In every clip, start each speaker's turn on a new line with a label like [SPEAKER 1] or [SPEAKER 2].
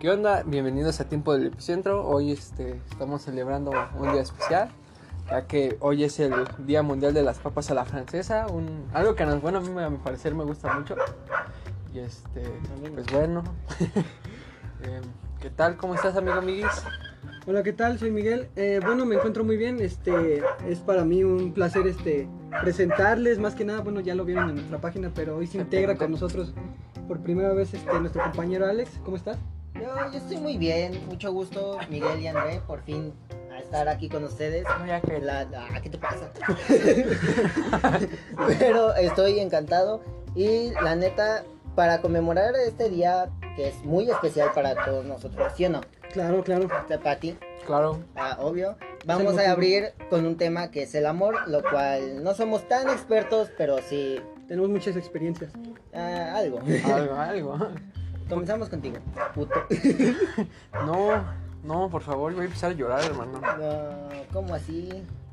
[SPEAKER 1] ¿Qué onda? Bienvenidos a Tiempo del Epicentro. Hoy este, estamos celebrando un día especial, ya que hoy es el Día Mundial de las Papas a la Francesa, un, algo que nos, bueno, a mí, a mi parecer me gusta mucho. Y este, pues bueno. Em, ¿Qué tal? ¿Cómo estás, amigo Miguis?
[SPEAKER 2] Hola, ¿qué tal? Soy Miguel. Eh, bueno, me encuentro muy bien. Este es para mí un placer este presentarles. Más que nada, bueno, ya lo vieron en nuestra página, pero hoy se integra con nosotros por primera vez este nuestro compañero Alex. ¿Cómo estás?
[SPEAKER 3] Yo, yo estoy muy bien, mucho gusto, Miguel y André, por fin a estar aquí con ustedes. La- ah, ¿Qué te pasa? Pero estoy encantado y la neta, para conmemorar este día que es muy especial para todos nosotros, ¿sí o no?
[SPEAKER 2] Claro, claro.
[SPEAKER 3] Para ti,
[SPEAKER 1] Claro.
[SPEAKER 3] ah, obvio. Vamos
[SPEAKER 2] motivo.
[SPEAKER 3] a abrir con un tema que es el amor, lo cual no somos tan expertos, pero sí
[SPEAKER 2] Tenemos muchas experiencias.
[SPEAKER 3] ah, algo.
[SPEAKER 1] Algo, algo.
[SPEAKER 3] Comenzamos contigo, puto.
[SPEAKER 1] No, no, por favor, voy a empezar a llorar, hermano.
[SPEAKER 3] No, Ah, ¿Cómo así?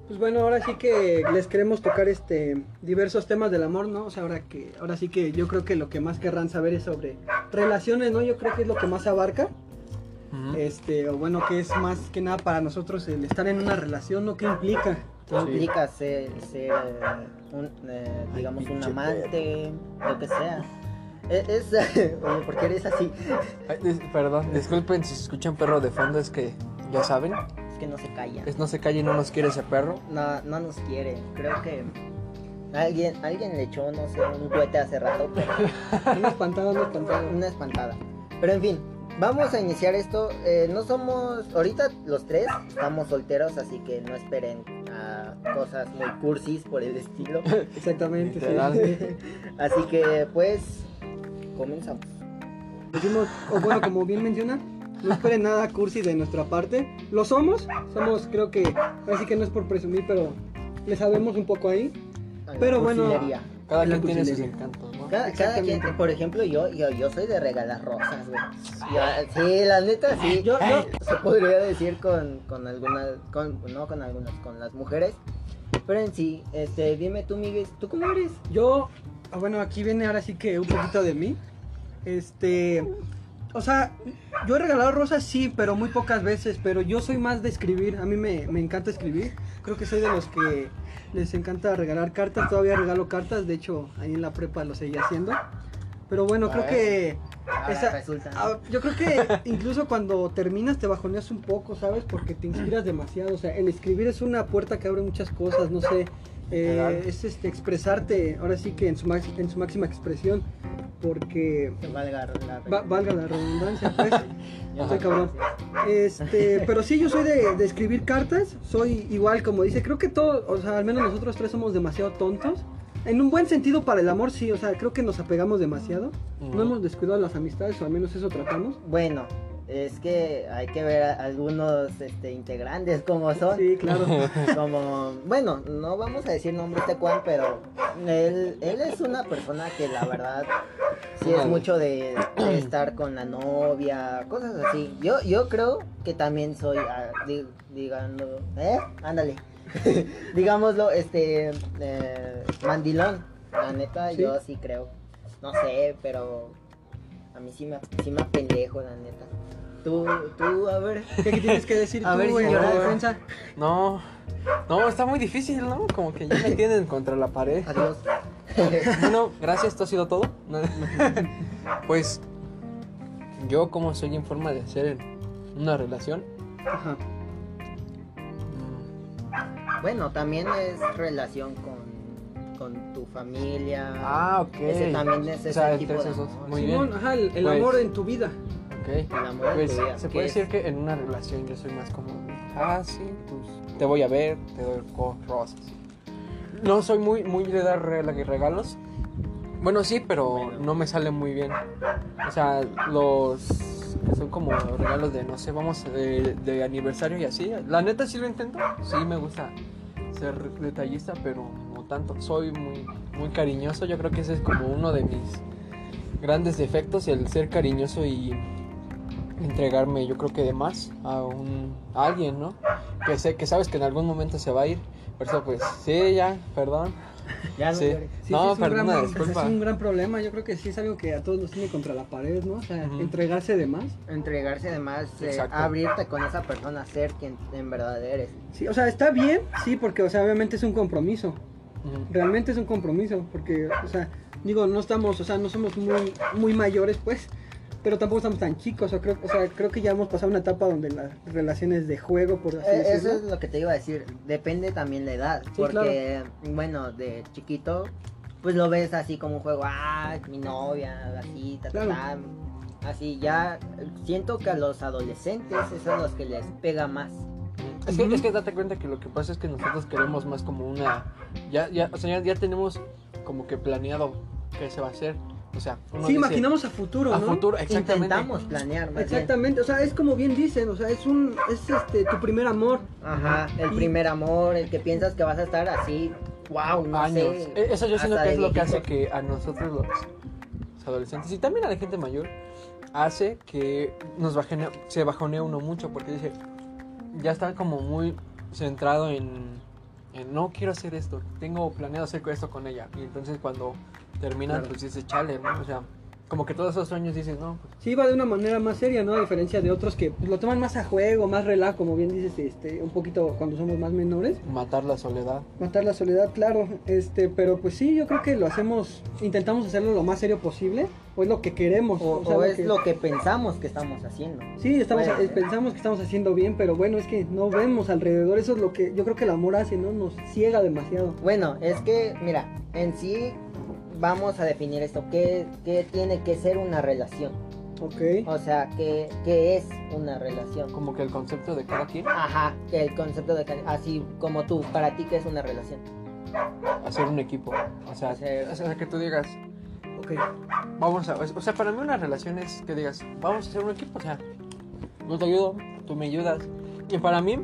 [SPEAKER 2] Pues bueno, ahora sí que les queremos tocar este diversos temas del amor, ¿no? O sea, ahora que ahora sí que yo creo que lo que más querrán saber es sobre relaciones, ¿no? Yo creo que es lo que más abarca.
[SPEAKER 1] Ujú.
[SPEAKER 2] Este, o bueno, que es más que nada para nosotros el estar en una relación, ¿no? ¿Qué implica?
[SPEAKER 3] ¿Qué
[SPEAKER 1] Sí.
[SPEAKER 3] implica ser, ser, eh, un, eh, digamos, un
[SPEAKER 1] pinche
[SPEAKER 3] amante, lo que sea? Es, es- oye, ¿por qué eres así?
[SPEAKER 1] Ay, dis- perdón, disculpen si se escucha un perro de fondo, es que ya saben,
[SPEAKER 3] Es que no se calla.
[SPEAKER 1] es no se calle y no nos quiere ese perro.
[SPEAKER 3] No, no nos quiere. Creo que alguien, alguien le echó, no sé, un cohete hace rato, pero
[SPEAKER 2] Una espantada, una espantada.
[SPEAKER 3] una espantada. Pero en fin, vamos a iniciar esto. Eh, no somos, ahorita los tres estamos solteros, así que no esperen a cosas muy cursis por el estilo.
[SPEAKER 2] Exactamente, sí.
[SPEAKER 1] Literal.
[SPEAKER 3] Así que, pues, comenzamos.
[SPEAKER 2] Dijimos, o bueno, como bien menciona, no esperen nada cursi de nuestra parte. Lo somos, somos creo que, así que no es por presumir, pero le sabemos un poco ahí. Pero bueno.
[SPEAKER 3] Cursilería.
[SPEAKER 1] Cada
[SPEAKER 2] La
[SPEAKER 1] quien tiene sus
[SPEAKER 2] cursilería.
[SPEAKER 1] encantos, ¿no?
[SPEAKER 3] Cada, cada quien,
[SPEAKER 2] Exactamente.
[SPEAKER 3] por ejemplo, yo, yo, yo soy de regalar rosas, güey. Yo- sí, la neta, sí. Yo, yo se podría decir con, con algunas, con, no con algunas, con las mujeres. Pero en sí, este, dime tú, Miguel, ¿tú cómo eres?
[SPEAKER 2] Yo, ah, bueno, aquí viene ahora sí que un poquito de mí. Este, o sea, yo he regalado rosas, sí, pero muy pocas veces, pero yo soy más de escribir, a mí me, me encanta escribir. Creo que soy de los que les encanta regalar cartas, todavía regalo cartas, de hecho, ahí en la prepa lo seguía haciendo. Pero bueno,
[SPEAKER 3] A
[SPEAKER 2] creo
[SPEAKER 3] ver.
[SPEAKER 2] que...
[SPEAKER 3] Ahora
[SPEAKER 2] Esa-
[SPEAKER 3] resulta. ¿no?
[SPEAKER 2] Ah, yo creo que incluso cuando terminas te bajoneas un poco, ¿sabes? Porque te inspiras demasiado. O sea, el escribir es una puerta que abre muchas cosas, no sé. eh, es este, expresarte, ahora sí que en su, max- en su máxima expresión. Porque,
[SPEAKER 3] Que valga la
[SPEAKER 2] va- valga la redundancia, pues.
[SPEAKER 3] Ya
[SPEAKER 2] estoy
[SPEAKER 3] no
[SPEAKER 2] cabrón.
[SPEAKER 3] sé.
[SPEAKER 2] Este, pero sí, yo soy de, de escribir cartas. Soy igual, como dice, creo que todos, o sea, al menos nosotros tres somos demasiado tontos. En un buen sentido para el amor, sí, o sea, creo que nos apegamos demasiado.
[SPEAKER 1] Ujú.
[SPEAKER 2] No hemos descuidado las amistades, o al menos eso tratamos.
[SPEAKER 3] Bueno, es que hay que ver a algunos este, integrantes como son.
[SPEAKER 2] Sí, claro.
[SPEAKER 3] como bueno no vamos a decir nombres de Juan pero él, él es una persona que la verdad sí es mucho de, de estar con la novia cosas así yo yo creo que también soy ah, di- digando eh ándale digámoslo este eh, mandilón la neta
[SPEAKER 2] Sí.
[SPEAKER 3] yo sí creo no sé pero a mí sí me sí me pendejo la neta tú tú a ver
[SPEAKER 2] ¿Qué tienes que decir
[SPEAKER 3] A
[SPEAKER 2] tú,
[SPEAKER 3] ver,
[SPEAKER 2] güey?
[SPEAKER 1] señora.
[SPEAKER 2] la defensa?
[SPEAKER 1] No, no, está muy difícil, ¿no? Como que ya me tienen contra la pared.
[SPEAKER 3] adiós
[SPEAKER 1] Bueno, gracias, esto ha sido todo. Pues yo como soy en forma de hacer en una relación,
[SPEAKER 2] Ajá.
[SPEAKER 1] mm,
[SPEAKER 3] Bueno, también es relación con, con tu familia.
[SPEAKER 1] Ah, ok.
[SPEAKER 3] Ese también es
[SPEAKER 1] O
[SPEAKER 3] ese
[SPEAKER 1] sea,
[SPEAKER 3] tipo de
[SPEAKER 1] entonces
[SPEAKER 3] amor.
[SPEAKER 1] esos, muy
[SPEAKER 2] Simón,
[SPEAKER 1] bien.
[SPEAKER 2] ajá, el, el
[SPEAKER 1] Pues-
[SPEAKER 2] amor en tu vida.
[SPEAKER 1] ok.
[SPEAKER 3] El amor de
[SPEAKER 1] Pues,
[SPEAKER 3] tu vida,
[SPEAKER 1] se
[SPEAKER 3] que
[SPEAKER 1] puede
[SPEAKER 3] es-
[SPEAKER 1] decir que en una relación yo soy más como, de, ah, sí, pues te voy a ver, te doy co- rosas. No soy muy, muy de dar re- regalos. Bueno, sí, pero
[SPEAKER 3] Bueno.
[SPEAKER 1] no me sale muy bien. O sea, los que son como regalos de, no sé, vamos de, de aniversario y así. La neta sí lo intento. Sí me gusta ser detallista, pero no tanto. Soy muy, muy cariñoso. Yo creo que ese es como uno de mis grandes defectos, el ser cariñoso y entregarme yo creo que de más a, un, a alguien, ¿no? Que, sé, que sabes que en algún momento se va a ir. Por eso pues, sí, ya, perdón.
[SPEAKER 3] Ya no
[SPEAKER 1] Sí.
[SPEAKER 3] llores.
[SPEAKER 2] Sí,
[SPEAKER 1] No,
[SPEAKER 2] sí, es, un
[SPEAKER 1] perdona,
[SPEAKER 2] gran,
[SPEAKER 1] disculpa.
[SPEAKER 2] es un gran problema. Yo creo que sí es algo que a todos nos tiene contra la pared, ¿no? O sea,
[SPEAKER 1] Ujú.
[SPEAKER 2] entregarse de más.
[SPEAKER 3] Entregarse además, eh,
[SPEAKER 1] Exacto.
[SPEAKER 3] abrirte con esa persona, ser quien en verdad eres.
[SPEAKER 2] Sí, o sea, está bien, sí, porque, o sea, obviamente es un compromiso.
[SPEAKER 1] Ujú.
[SPEAKER 2] Realmente es un compromiso, porque, o sea, digo, no estamos, o sea, no somos muy, muy mayores, pues, pero tampoco estamos tan chicos. O, creo, o sea, creo que ya hemos pasado una etapa donde las relaciones de juego, por así
[SPEAKER 3] Eh,
[SPEAKER 2] decirlo.
[SPEAKER 3] Eso es lo que te iba a decir. Depende también la edad. porque, bueno, de chiquito, pues lo ves así como un juego. Ah, mi novia, así, ta, ta,
[SPEAKER 2] Claro.
[SPEAKER 3] ta. Así ya eh, siento que a los adolescentes es a los que les pega más.
[SPEAKER 1] Es que,
[SPEAKER 2] Ujú.
[SPEAKER 1] es que date cuenta que lo que pasa es que nosotros queremos más como una. Ya, ya, o sea, ya, ya tenemos como que planeado qué se va a hacer. O sea, uno
[SPEAKER 2] Sí,
[SPEAKER 1] dice,
[SPEAKER 2] imaginamos a futuro,
[SPEAKER 1] a
[SPEAKER 2] ¿no?
[SPEAKER 1] futuro, exactamente.
[SPEAKER 3] Intentamos planear más bien.
[SPEAKER 2] Exactamente, o sea, es como bien dicen, o sea, es un, es este, tu primer amor.
[SPEAKER 3] Ajá, el
[SPEAKER 2] Y-
[SPEAKER 3] primer amor, el que piensas que vas a estar así, wow, no
[SPEAKER 1] años.
[SPEAKER 3] sé.
[SPEAKER 1] E- Eso yo siento
[SPEAKER 3] hasta
[SPEAKER 1] que
[SPEAKER 3] de
[SPEAKER 1] es lo que hace
[SPEAKER 3] viejitos.
[SPEAKER 1] que a nosotros los, los adolescentes y también a la gente mayor hace que nos bajene, se bajonee uno mucho porque dice, ya está como muy centrado en, en, no quiero hacer esto, tengo planeado hacer esto con ella. Y entonces cuando terminan,
[SPEAKER 2] Claro.
[SPEAKER 1] pues dices, chale, ¿no? O sea, como que todos esos sueños dices, no, pues,
[SPEAKER 2] Sí, va de una manera más seria, ¿no? A diferencia de otros que pues, lo toman más a juego, más relajo, como bien dices, este, un poquito cuando somos más menores.
[SPEAKER 1] matar la soledad.
[SPEAKER 2] Matar la soledad, claro, este, pero pues sí, yo creo que lo hacemos, intentamos hacerlo lo más serio posible, o es lo que queremos.
[SPEAKER 3] O,
[SPEAKER 2] o sea,
[SPEAKER 3] o es lo que pensamos que estamos haciendo.
[SPEAKER 2] Sí, estamos,
[SPEAKER 3] Bueno,
[SPEAKER 2] eh, pensamos que estamos haciendo bien, pero bueno, es que no vemos alrededor, eso es lo que yo creo que el amor hace, ¿no? Nos ciega demasiado.
[SPEAKER 3] Bueno, es que, mira, en sí vamos a definir esto. ¿Qué, qué tiene que ser una relación?
[SPEAKER 2] Ok.
[SPEAKER 3] O sea, ¿qué, qué es una relación?
[SPEAKER 1] Como que el concepto de cada quien,
[SPEAKER 3] Ajá, que el concepto de que- así como tú, para ti, ¿qué es una relación?
[SPEAKER 1] hacer un equipo. O sea,
[SPEAKER 3] Hacer-
[SPEAKER 1] o sea, que tú digas,
[SPEAKER 2] Ok.
[SPEAKER 1] Vamos a, o sea, para mí una relación es que digas, vamos a hacer un equipo, o sea, yo te ayudo, tú me ayudas. Y para mí,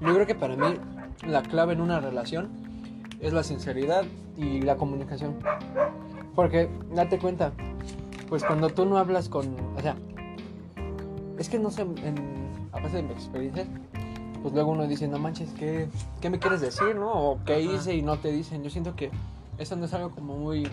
[SPEAKER 1] yo creo que para mí la clave en una relación es la sinceridad y la comunicación. Porque, date cuenta, pues cuando tú no hablas con, o sea, es que no sé, en- a base de mi experiencia, pues luego uno dice, no manches, ¿qué, qué me quieres decir, no? O qué
[SPEAKER 3] Ajá.
[SPEAKER 1] hice y no te dicen. Yo siento que eso no es algo como muy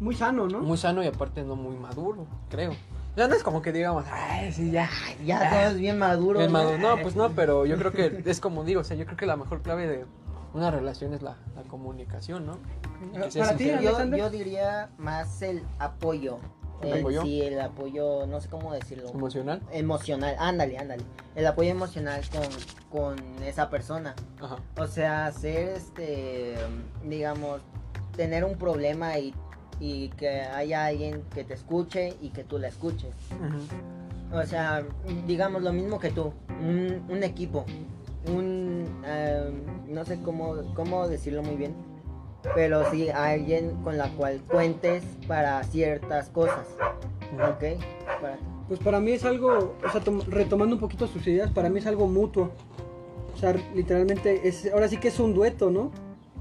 [SPEAKER 2] Muy sano, ¿no?
[SPEAKER 1] muy sano y aparte no muy maduro, creo. O sea, no es como que digamos, ay, sí, ya.
[SPEAKER 3] Ya todos bien maduros.
[SPEAKER 1] bien maduro". No, pues no, pero yo creo que es como digo, o sea, yo creo que la mejor clave de una relación es la, la comunicación, ¿no?
[SPEAKER 2] Ah, Para
[SPEAKER 1] Sí, sí,
[SPEAKER 2] ti,
[SPEAKER 1] sí.
[SPEAKER 3] Yo,
[SPEAKER 2] Alexander.
[SPEAKER 3] yo diría más el apoyo.
[SPEAKER 1] ¿El
[SPEAKER 3] El-
[SPEAKER 1] apoyo?
[SPEAKER 3] Sí, el apoyo, no sé cómo decirlo.
[SPEAKER 1] Emocional.
[SPEAKER 3] Emocional, ándale, ándale. El apoyo emocional con, con esa persona.
[SPEAKER 1] Ajá.
[SPEAKER 3] O sea, hacer este, digamos, tener un problema y, y que haya alguien que te escuche y que tú la escuches.
[SPEAKER 1] Ujú.
[SPEAKER 3] O sea, digamos lo mismo que tú, un, un equipo, un, eh, no sé cómo, cómo decirlo muy bien, pero sí alguien con la cual cuentes para ciertas cosas,
[SPEAKER 1] Ujú.
[SPEAKER 3] ¿ok? Para-
[SPEAKER 2] Pues para mí es algo, o sea, tom- retomando un poquito sus ideas, para mí es algo mutuo. O sea, literalmente, es, ahora sí que es un dueto, ¿no?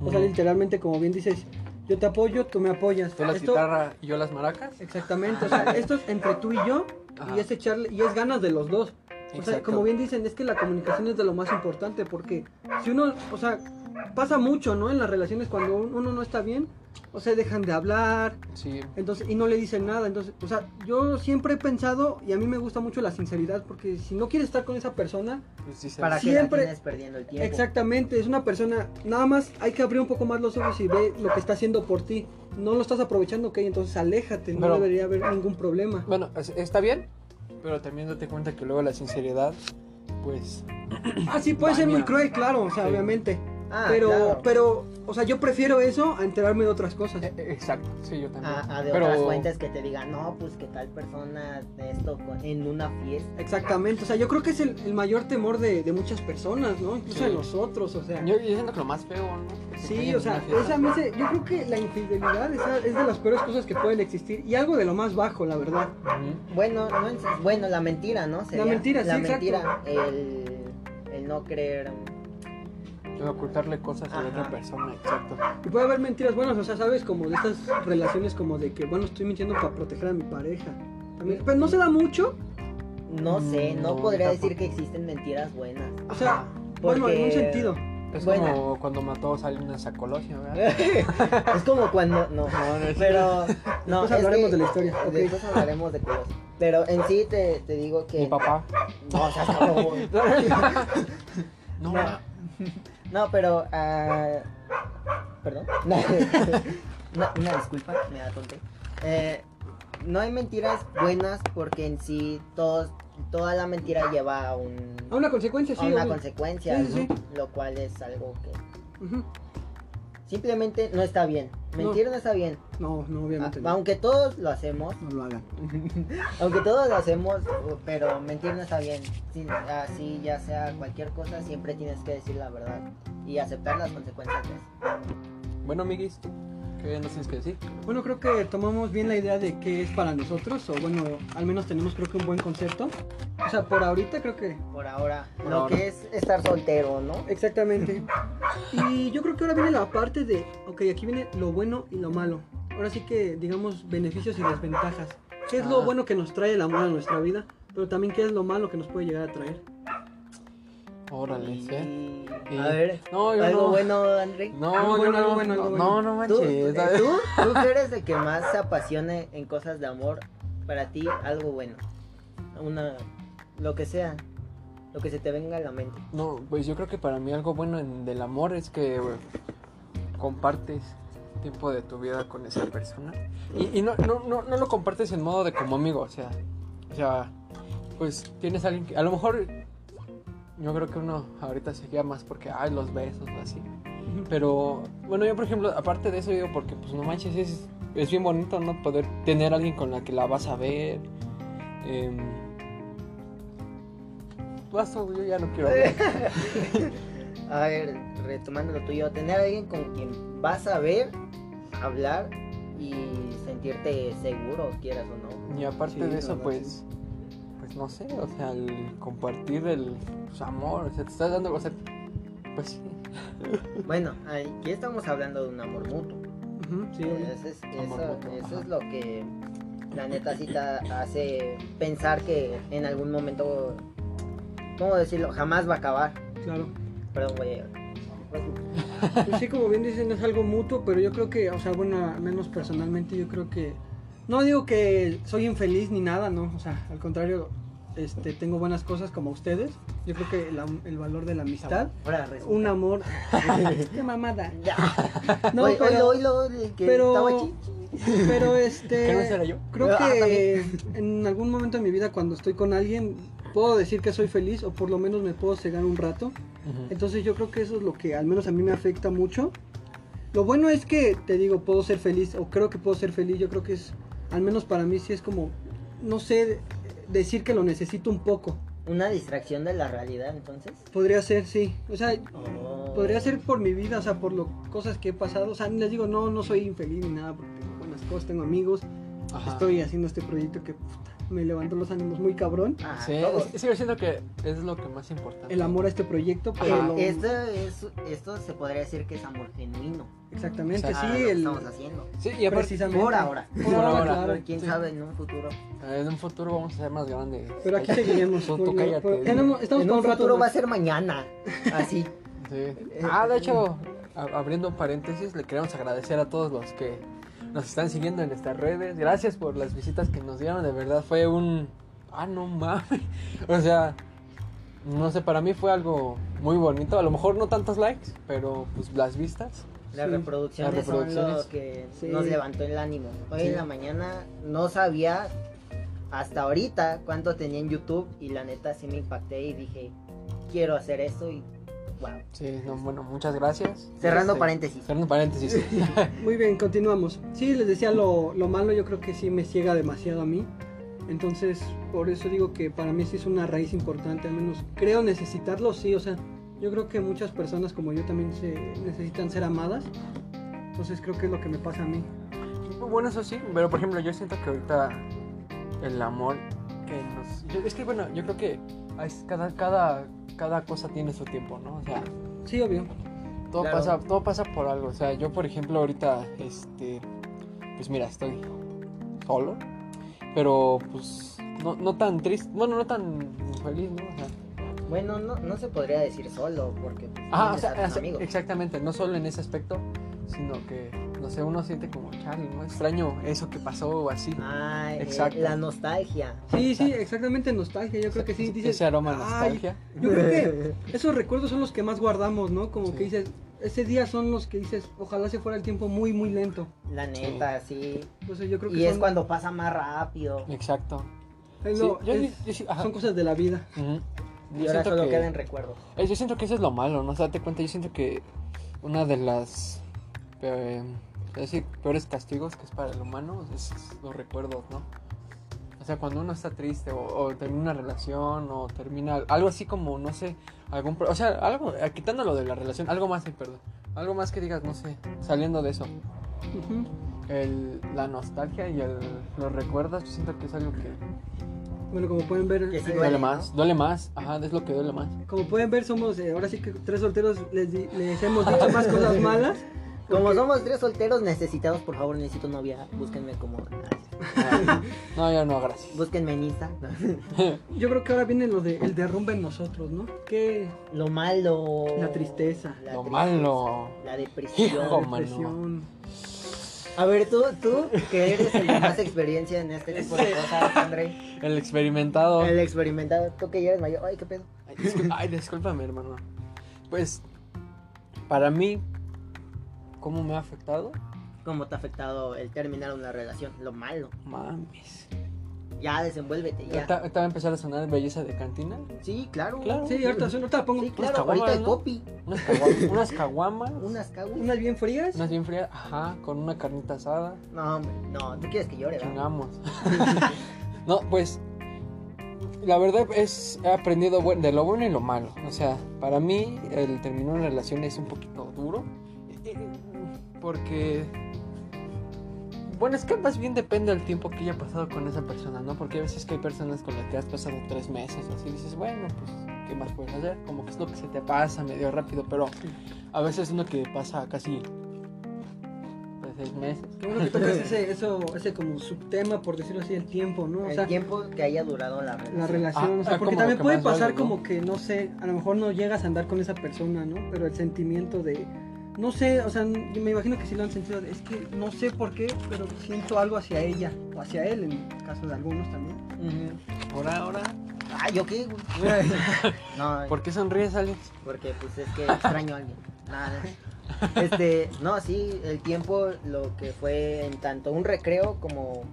[SPEAKER 2] O sea,
[SPEAKER 1] Ujú.
[SPEAKER 2] literalmente, como bien dices, yo te apoyo, tú me apoyas.
[SPEAKER 1] Tú la
[SPEAKER 2] Esto-
[SPEAKER 1] guitarra y yo las maracas.
[SPEAKER 2] Exactamente, o sea, esto es entre tú y yo,
[SPEAKER 1] Ajá.
[SPEAKER 2] y es echarle, y es ganas de los dos. O sea,
[SPEAKER 1] Exacto.
[SPEAKER 2] como bien dicen, es que la comunicación es de lo más importante, porque si uno, o sea, pasa mucho, ¿no? En las relaciones cuando un- uno no está bien, o sea, dejan de hablar,
[SPEAKER 1] Sí.
[SPEAKER 2] entonces, y no le dicen nada. Entonces, o sea, yo siempre he pensado, y a mí me gusta mucho la sinceridad, porque si no quieres estar con esa persona,
[SPEAKER 1] pues sí se-
[SPEAKER 3] Para
[SPEAKER 2] Siempre-
[SPEAKER 3] que la tienes perdiendo el tiempo.
[SPEAKER 2] exactamente, es una persona, nada más hay que abrir un poco más los ojos y ver lo que está haciendo por ti. No lo estás aprovechando, ok, entonces aléjate, no
[SPEAKER 1] Pero-
[SPEAKER 2] debería haber ningún problema.
[SPEAKER 1] Bueno, es- está bien, pero también date cuenta que luego la sinceridad, pues.
[SPEAKER 2] Ah, sí, puede ser
[SPEAKER 1] Baña.
[SPEAKER 2] muy cruel, claro, o sea,
[SPEAKER 1] Sí.
[SPEAKER 2] obviamente.
[SPEAKER 3] Ah,
[SPEAKER 2] pero,
[SPEAKER 3] claro.
[SPEAKER 2] pero, o sea, yo prefiero eso a enterarme de otras cosas.
[SPEAKER 1] e- e- Exacto, sí, yo también.
[SPEAKER 3] a, a Ah, de
[SPEAKER 1] pero
[SPEAKER 3] otras fuentes que te digan, no, pues que tal persona de esto con- en una fiesta.
[SPEAKER 2] Exactamente, o sea, yo creo que es el, el mayor temor de, de muchas personas, ¿no? Incluso
[SPEAKER 1] Sí.
[SPEAKER 2] de nosotros, o sea.
[SPEAKER 1] Yo, yo siento que lo más feo, ¿no? Que te
[SPEAKER 2] Sí,
[SPEAKER 1] engañen
[SPEAKER 2] o sea,
[SPEAKER 1] en una
[SPEAKER 2] es
[SPEAKER 1] fiesta.
[SPEAKER 2] a mí se- yo creo que la infidelidad esa es de las peores cosas que pueden existir y algo de lo más bajo, la verdad.
[SPEAKER 1] Ujú.
[SPEAKER 3] Bueno, no en- bueno, la mentira, ¿no?
[SPEAKER 2] mentira, sí,
[SPEAKER 3] La
[SPEAKER 2] exacto.
[SPEAKER 3] mentira, el, el no creer.
[SPEAKER 1] El ocultarle cosas a la otra
[SPEAKER 3] Ajá.
[SPEAKER 1] persona, exacto.
[SPEAKER 2] Y puede haber mentiras buenas, o sea, sabes, como de estas relaciones como de que, bueno, estoy mintiendo para proteger a mi pareja. También- pero no se da mucho,
[SPEAKER 3] No sé, no
[SPEAKER 1] Mm, No,
[SPEAKER 3] podría
[SPEAKER 1] tampoco.
[SPEAKER 3] decir que existen mentiras buenas.
[SPEAKER 2] o sea, bueno, en un
[SPEAKER 3] Porque-
[SPEAKER 2] sentido.
[SPEAKER 1] Es
[SPEAKER 3] Buena.
[SPEAKER 1] como cuando mató a Salinas a Colosio, ¿verdad?
[SPEAKER 3] es como cuando.
[SPEAKER 1] No,
[SPEAKER 3] No,
[SPEAKER 1] no es-
[SPEAKER 3] pero. No,
[SPEAKER 2] Después
[SPEAKER 3] es
[SPEAKER 2] hablaremos
[SPEAKER 3] que-
[SPEAKER 2] de la historia, ok.
[SPEAKER 3] Después hablaremos de cosas. Pero en sí te, te digo que.
[SPEAKER 1] Mi papá.
[SPEAKER 3] No, seas cabrón.
[SPEAKER 1] no,
[SPEAKER 3] No. No, pero. ah, Perdón. No, una disculpa, me da tonto. no hay mentiras buenas porque en sí todos, toda la mentira lleva a un.
[SPEAKER 2] A una consecuencia,
[SPEAKER 3] a
[SPEAKER 2] sí.
[SPEAKER 3] una
[SPEAKER 2] obvio.
[SPEAKER 3] consecuencia,
[SPEAKER 2] Sí, sí,
[SPEAKER 3] ¿no? lo cual es algo que
[SPEAKER 2] Ujú.
[SPEAKER 3] simplemente no está bien. Mentir no, está bien.
[SPEAKER 2] No, no, obviamente.
[SPEAKER 3] A-
[SPEAKER 2] no.
[SPEAKER 3] aunque todos lo hacemos,
[SPEAKER 2] No lo hagan.
[SPEAKER 3] aunque todos lo hacemos, u- pero mentir no está bien. Sin- así ya sea cualquier cosa, siempre tienes que decir la verdad y aceptar las consecuencias. de eso.
[SPEAKER 1] Bueno, amiguis, ¿tú ¿qué nos tienes que decir?
[SPEAKER 2] Bueno, creo que tomamos bien la idea de qué es para nosotros, o bueno, al menos tenemos creo que un buen concepto. O sea, por ahorita creo que...
[SPEAKER 3] Por ahora,
[SPEAKER 1] Por
[SPEAKER 3] lo
[SPEAKER 1] ahora.
[SPEAKER 3] que es estar soltero, ¿no?
[SPEAKER 2] Exactamente. Y yo creo que ahora viene la parte de, ok, aquí viene lo bueno y lo malo. Ahora sí que digamos beneficios y desventajas. ¿Qué es lo
[SPEAKER 1] Ah.
[SPEAKER 2] bueno que nos trae el amor a nuestra vida? Pero también qué es lo malo que nos puede llegar a traer.
[SPEAKER 1] Órale, ¿eh?
[SPEAKER 3] Y-
[SPEAKER 1] Sí.
[SPEAKER 3] A ver,
[SPEAKER 1] No, yo
[SPEAKER 3] algo
[SPEAKER 1] no.
[SPEAKER 3] bueno, André.
[SPEAKER 1] No,
[SPEAKER 2] Algo
[SPEAKER 1] yo
[SPEAKER 2] bueno,
[SPEAKER 1] no,
[SPEAKER 2] algo bueno, algo
[SPEAKER 1] no,
[SPEAKER 2] bueno.
[SPEAKER 1] no
[SPEAKER 3] ¿Tú,
[SPEAKER 1] manches.
[SPEAKER 3] eh, tú, tú que eres el que más se apasione en cosas de amor, para ti algo bueno. Una, lo que sea, lo que se te venga a la mente.
[SPEAKER 1] No, pues yo creo que para mí algo bueno en- del amor es que güey, compartes tiempo de tu vida con esa persona. Y, y no, no, no, no lo compartes en modo de como amigo, o sea, o sea, pues tienes a alguien que a lo mejor yo creo que uno ahorita se guía más porque ay los besos o así. Pero bueno, yo por ejemplo, aparte de eso digo porque pues no manches, es, es bien bonito no poder tener a alguien con la que la vas a ver. em. Basta, güey, yo ya no quiero hablar.
[SPEAKER 3] A ver, retomando lo tuyo, tener a alguien con quien vas a ver, hablar y sentirte seguro, quieras o no.
[SPEAKER 1] Y aparte
[SPEAKER 2] Sí,
[SPEAKER 1] de
[SPEAKER 2] la
[SPEAKER 1] eso,
[SPEAKER 2] verdad,
[SPEAKER 1] pues, pues no sé, o sea, el compartir el pues, amor, o sea, te estás dando, o sea, pues sí,
[SPEAKER 3] Bueno, aquí estamos hablando de un amor mutuo.
[SPEAKER 2] Ujú, sí, obvio.
[SPEAKER 3] Eso es,
[SPEAKER 1] Amor
[SPEAKER 3] eso-
[SPEAKER 1] mutuo,
[SPEAKER 3] eso
[SPEAKER 1] ajá.
[SPEAKER 3] es lo que la neta sí te hace pensar que en algún momento, ¿cómo decirlo? Jamás va a acabar.
[SPEAKER 2] claro.
[SPEAKER 3] Perdón, güey.
[SPEAKER 2] Pues sí, como bien dicen, es algo mutuo, pero yo creo que, o sea, bueno, al menos personalmente yo creo que... No digo que soy infeliz ni nada, no, o sea, al contrario, este, tengo buenas cosas como ustedes. Yo creo que la- el valor de la amistad,
[SPEAKER 3] Ahora resulta.
[SPEAKER 2] un amor... ¡Qué mamada!
[SPEAKER 3] Ya.
[SPEAKER 2] No,
[SPEAKER 3] Oye,
[SPEAKER 2] pero,
[SPEAKER 3] oílo, oílo, el que
[SPEAKER 2] pero-
[SPEAKER 3] estaba chichi.
[SPEAKER 2] pero
[SPEAKER 1] ¿qué no será
[SPEAKER 2] este...
[SPEAKER 1] yo?
[SPEAKER 2] Creo
[SPEAKER 3] Ah,
[SPEAKER 2] que en algún momento de mi vida cuando estoy con alguien puedo decir que soy feliz o por lo menos me puedo cegar un rato.
[SPEAKER 1] Ujú.
[SPEAKER 2] Entonces yo creo que eso es lo que al menos a mí me afecta mucho. Lo bueno es que, te digo, puedo ser feliz o creo que puedo ser feliz. Yo creo que es, al menos para mí sí es como, no sé, de- decir que lo necesito un poco.
[SPEAKER 3] Una distracción de la realidad, entonces.
[SPEAKER 2] Podría ser, sí. O sea,
[SPEAKER 3] Oh.
[SPEAKER 2] podría ser por mi vida, o sea, por las cosas que he pasado. O sea, les digo, no, no soy infeliz ni nada, porque tengo buenas cosas, tengo amigos.
[SPEAKER 1] Ajá.
[SPEAKER 2] Estoy haciendo este proyecto que puta, me levantó los ánimos muy cabrón.
[SPEAKER 3] Ah,
[SPEAKER 1] Sí,
[SPEAKER 3] todo.
[SPEAKER 1] es- sigo siendo que es lo que más importante.
[SPEAKER 2] El amor a este proyecto, pero
[SPEAKER 1] Ajá.
[SPEAKER 2] lo-
[SPEAKER 3] Eh, esto, es, esto se podría decir que es amor genuino.
[SPEAKER 2] exactamente,
[SPEAKER 1] Ah,
[SPEAKER 3] Ah, lo
[SPEAKER 2] sí,
[SPEAKER 3] que
[SPEAKER 2] el,
[SPEAKER 3] estamos haciendo.
[SPEAKER 1] Sí, y aparte,
[SPEAKER 2] precisamente.
[SPEAKER 3] Por ahora.
[SPEAKER 2] Por ahora,
[SPEAKER 1] ahora,
[SPEAKER 2] claro.
[SPEAKER 3] Pero quién
[SPEAKER 1] sí.
[SPEAKER 3] sabe en un futuro.
[SPEAKER 1] eh, en un futuro vamos a ser más grandes.
[SPEAKER 2] Pero aquí seguiremos.
[SPEAKER 1] Tú- tú
[SPEAKER 2] porque-
[SPEAKER 1] cállate.
[SPEAKER 2] porque tenemos- estamos
[SPEAKER 3] en
[SPEAKER 2] con
[SPEAKER 3] un
[SPEAKER 2] un rato
[SPEAKER 3] futuro va a
[SPEAKER 2] más.
[SPEAKER 3] ser mañana. Así.
[SPEAKER 1] Sí. Ah, de hecho, a- abriendo un paréntesis, le queremos agradecer a todos los que nos están siguiendo en nuestras redes. Gracias por las visitas que nos dieron, de verdad fue un... Ah, no mames. O sea, no sé, para mí fue algo muy bonito. A lo mejor no tantos likes, pero pues las vistas.
[SPEAKER 3] Las
[SPEAKER 2] Sí.
[SPEAKER 3] reproducciones,
[SPEAKER 1] Las
[SPEAKER 3] son
[SPEAKER 1] reproducciones.
[SPEAKER 3] lo que
[SPEAKER 2] Sí.
[SPEAKER 3] nos levantó el ánimo. Hoy
[SPEAKER 1] Sí.
[SPEAKER 3] en la mañana no sabía hasta ahorita cuánto tenía en YouTube y la neta sí me impacté y dije, quiero hacer esto y wow.
[SPEAKER 1] Sí, no, bueno, muchas gracias.
[SPEAKER 3] Cerrando
[SPEAKER 1] Este,
[SPEAKER 3] paréntesis.
[SPEAKER 1] Cerrando paréntesis.
[SPEAKER 2] Muy bien, continuamos. Sí, les decía lo, lo malo, yo creo que sí me ciega demasiado a mí. Entonces, por eso digo que para mí sí es una raíz importante, al menos creo necesitarlo, sí, o sea, yo creo que muchas personas como yo también se necesitan ser amadas. Entonces creo que es lo que me pasa a mí.
[SPEAKER 1] Bueno, eso sí, pero por ejemplo, yo siento que ahorita el amor que nos. yo- es que bueno, yo creo que es- cada, cada, cada cosa tiene su tiempo, ¿no? O sea,
[SPEAKER 2] Sí, obvio.
[SPEAKER 1] todo,
[SPEAKER 3] Claro.
[SPEAKER 1] pasa, todo pasa por algo. O sea, yo por ejemplo, ahorita, este. Pues mira, estoy solo, pero pues no, no tan triste, bueno, no tan feliz, ¿no? O sea,
[SPEAKER 3] Bueno, no, no se podría decir solo, porque pues,
[SPEAKER 1] Ah, o
[SPEAKER 3] tienes
[SPEAKER 1] sea,
[SPEAKER 3] a tus
[SPEAKER 1] o sea,
[SPEAKER 3] amigos.
[SPEAKER 1] exactamente, no solo en ese aspecto, sino que, no sé, uno siente como, chale, ¿no? Extraño eso que pasó o así.
[SPEAKER 3] Ah, eh,
[SPEAKER 1] Exacto.
[SPEAKER 3] la nostalgia.
[SPEAKER 2] Sí, sí, exactamente nostalgia. Yo creo que sí. Dices,
[SPEAKER 1] Ese aroma a
[SPEAKER 2] "Ay,
[SPEAKER 1] nostalgia.
[SPEAKER 2] Yo creo que esos recuerdos son los que más guardamos, ¿no? Como
[SPEAKER 1] Sí.
[SPEAKER 2] que dices, ese día son los que dices, ojalá se fuera el tiempo muy, muy lento.
[SPEAKER 3] La neta, sí.
[SPEAKER 2] Entonces yo creo que
[SPEAKER 3] Y es
[SPEAKER 2] son,
[SPEAKER 3] cuando pasa más rápido.
[SPEAKER 1] Exacto.
[SPEAKER 2] eh,
[SPEAKER 1] Sí,
[SPEAKER 2] no,
[SPEAKER 1] yo-
[SPEAKER 2] es-
[SPEAKER 1] yo sí- ajá.
[SPEAKER 2] son cosas de la vida.
[SPEAKER 1] Ujú.
[SPEAKER 3] Y
[SPEAKER 1] Yo
[SPEAKER 3] ahora
[SPEAKER 1] siento
[SPEAKER 3] solo
[SPEAKER 1] que-
[SPEAKER 3] quedan recuerdos.
[SPEAKER 1] Eh, Yo siento que eso es lo malo, ¿no? O sea, date cuenta, yo siento que una de las eh, es decir, peores castigos que es para el humano es los recuerdos, ¿no? O sea, cuando uno está triste o, o termina una relación o termina algo así como, no sé, algún... pro- O sea, algo, eh, quitándolo de la relación, algo más, eh, perdón. Algo más que digas, no sé, saliendo de eso.
[SPEAKER 2] Ujú.
[SPEAKER 1] El, la nostalgia y el, los recuerdos, yo siento que es algo que
[SPEAKER 2] Bueno, como pueden ver,
[SPEAKER 3] Que sí
[SPEAKER 2] eh,
[SPEAKER 3] Duele,
[SPEAKER 1] duele
[SPEAKER 3] ¿no?
[SPEAKER 1] más. Duele más, ajá, es lo que duele más.
[SPEAKER 2] como pueden ver, somos eh, ahora sí que tres solteros les, di- les hemos dicho más cosas malas.
[SPEAKER 3] Como somos tres solteros necesitados, por favor, necesito novia. Búsquenme como. ah,
[SPEAKER 1] No, yo no, gracias.
[SPEAKER 3] Búsquenme en Insta.
[SPEAKER 2] Yo creo que ahora viene lo de el derrumbe en nosotros, ¿no? Que
[SPEAKER 3] Lo malo.
[SPEAKER 2] La tristeza.
[SPEAKER 3] La
[SPEAKER 1] Lo
[SPEAKER 3] tristeza,
[SPEAKER 1] malo.
[SPEAKER 3] La depresión.
[SPEAKER 1] Hijo. Oh, mano.
[SPEAKER 2] depresión.
[SPEAKER 3] A ver, tú, tú, que eres el de más experiencia en este tipo de cosas, André.
[SPEAKER 1] El experimentado.
[SPEAKER 3] El experimentado, tú que ya eres mayor. Ay, qué pedo.
[SPEAKER 1] Ay, discul- Ay, discúlpame, hermano. Pues, para mí, ¿cómo me ha afectado?
[SPEAKER 3] ¿Cómo te ha afectado el terminar una relación? Lo malo.
[SPEAKER 1] Mames.
[SPEAKER 3] Ya, desenvuélvete, ya.
[SPEAKER 1] Ahorita ahorita va a empezar a sonar belleza de cantina.
[SPEAKER 3] Sí, claro.
[SPEAKER 1] Claro.
[SPEAKER 2] Sí, ahorita, ahorita la pongo.
[SPEAKER 3] Sí, claro.
[SPEAKER 1] caguamas,
[SPEAKER 3] Ahorita hay
[SPEAKER 1] ¿no?
[SPEAKER 3] copi,
[SPEAKER 1] Unas caguamas, unas, caguamas,
[SPEAKER 3] unas caguas.
[SPEAKER 2] Unas bien frías.
[SPEAKER 1] unas bien frías, ajá, con una carnita asada.
[SPEAKER 3] No, hombre, no, tú quieres que llore, ¿verdad?
[SPEAKER 1] Chingamos. no, pues, la verdad es, he aprendido bu- de lo bueno y lo malo. O sea, para mí, el terminar una relación es un poquito duro. eh, Porque. Bueno, es que más bien depende del tiempo que haya pasado con esa persona, ¿no? Porque hay veces que hay personas con las que has pasado tres meses o así, dices, bueno, pues, ¿qué más puedes hacer? Como que es lo que se te pasa medio rápido, pero a veces uno que pasa casi pues, seis meses.
[SPEAKER 2] Qué bueno que tocas ese, eso, ese como subtema, por decirlo así, el tiempo, ¿no? O
[SPEAKER 3] El
[SPEAKER 2] sea,
[SPEAKER 3] tiempo que haya durado la relación.
[SPEAKER 2] la relación.
[SPEAKER 1] Ah,
[SPEAKER 2] o sea,
[SPEAKER 1] ah,
[SPEAKER 2] porque
[SPEAKER 1] como
[SPEAKER 2] también
[SPEAKER 1] que
[SPEAKER 2] puede
[SPEAKER 1] más
[SPEAKER 2] pasar
[SPEAKER 1] duele, ¿no?
[SPEAKER 2] como que, no sé, a lo mejor no llegas a andar con esa persona, ¿no? Pero el sentimiento de. No sé, o sea, n- me imagino que sí lo han sentido. de, Es que no sé por qué, pero siento algo hacia ella o hacia él, en caso de algunos también.
[SPEAKER 3] Ujú.
[SPEAKER 1] Ahora, ahora.
[SPEAKER 3] Ah, ¿yo qué? güey? no,
[SPEAKER 1] ¿Por qué sonríes, Alex?
[SPEAKER 3] porque pues es que extraño a alguien. Nada. Este, no, sí, el tiempo, lo que fue en tanto un recreo como,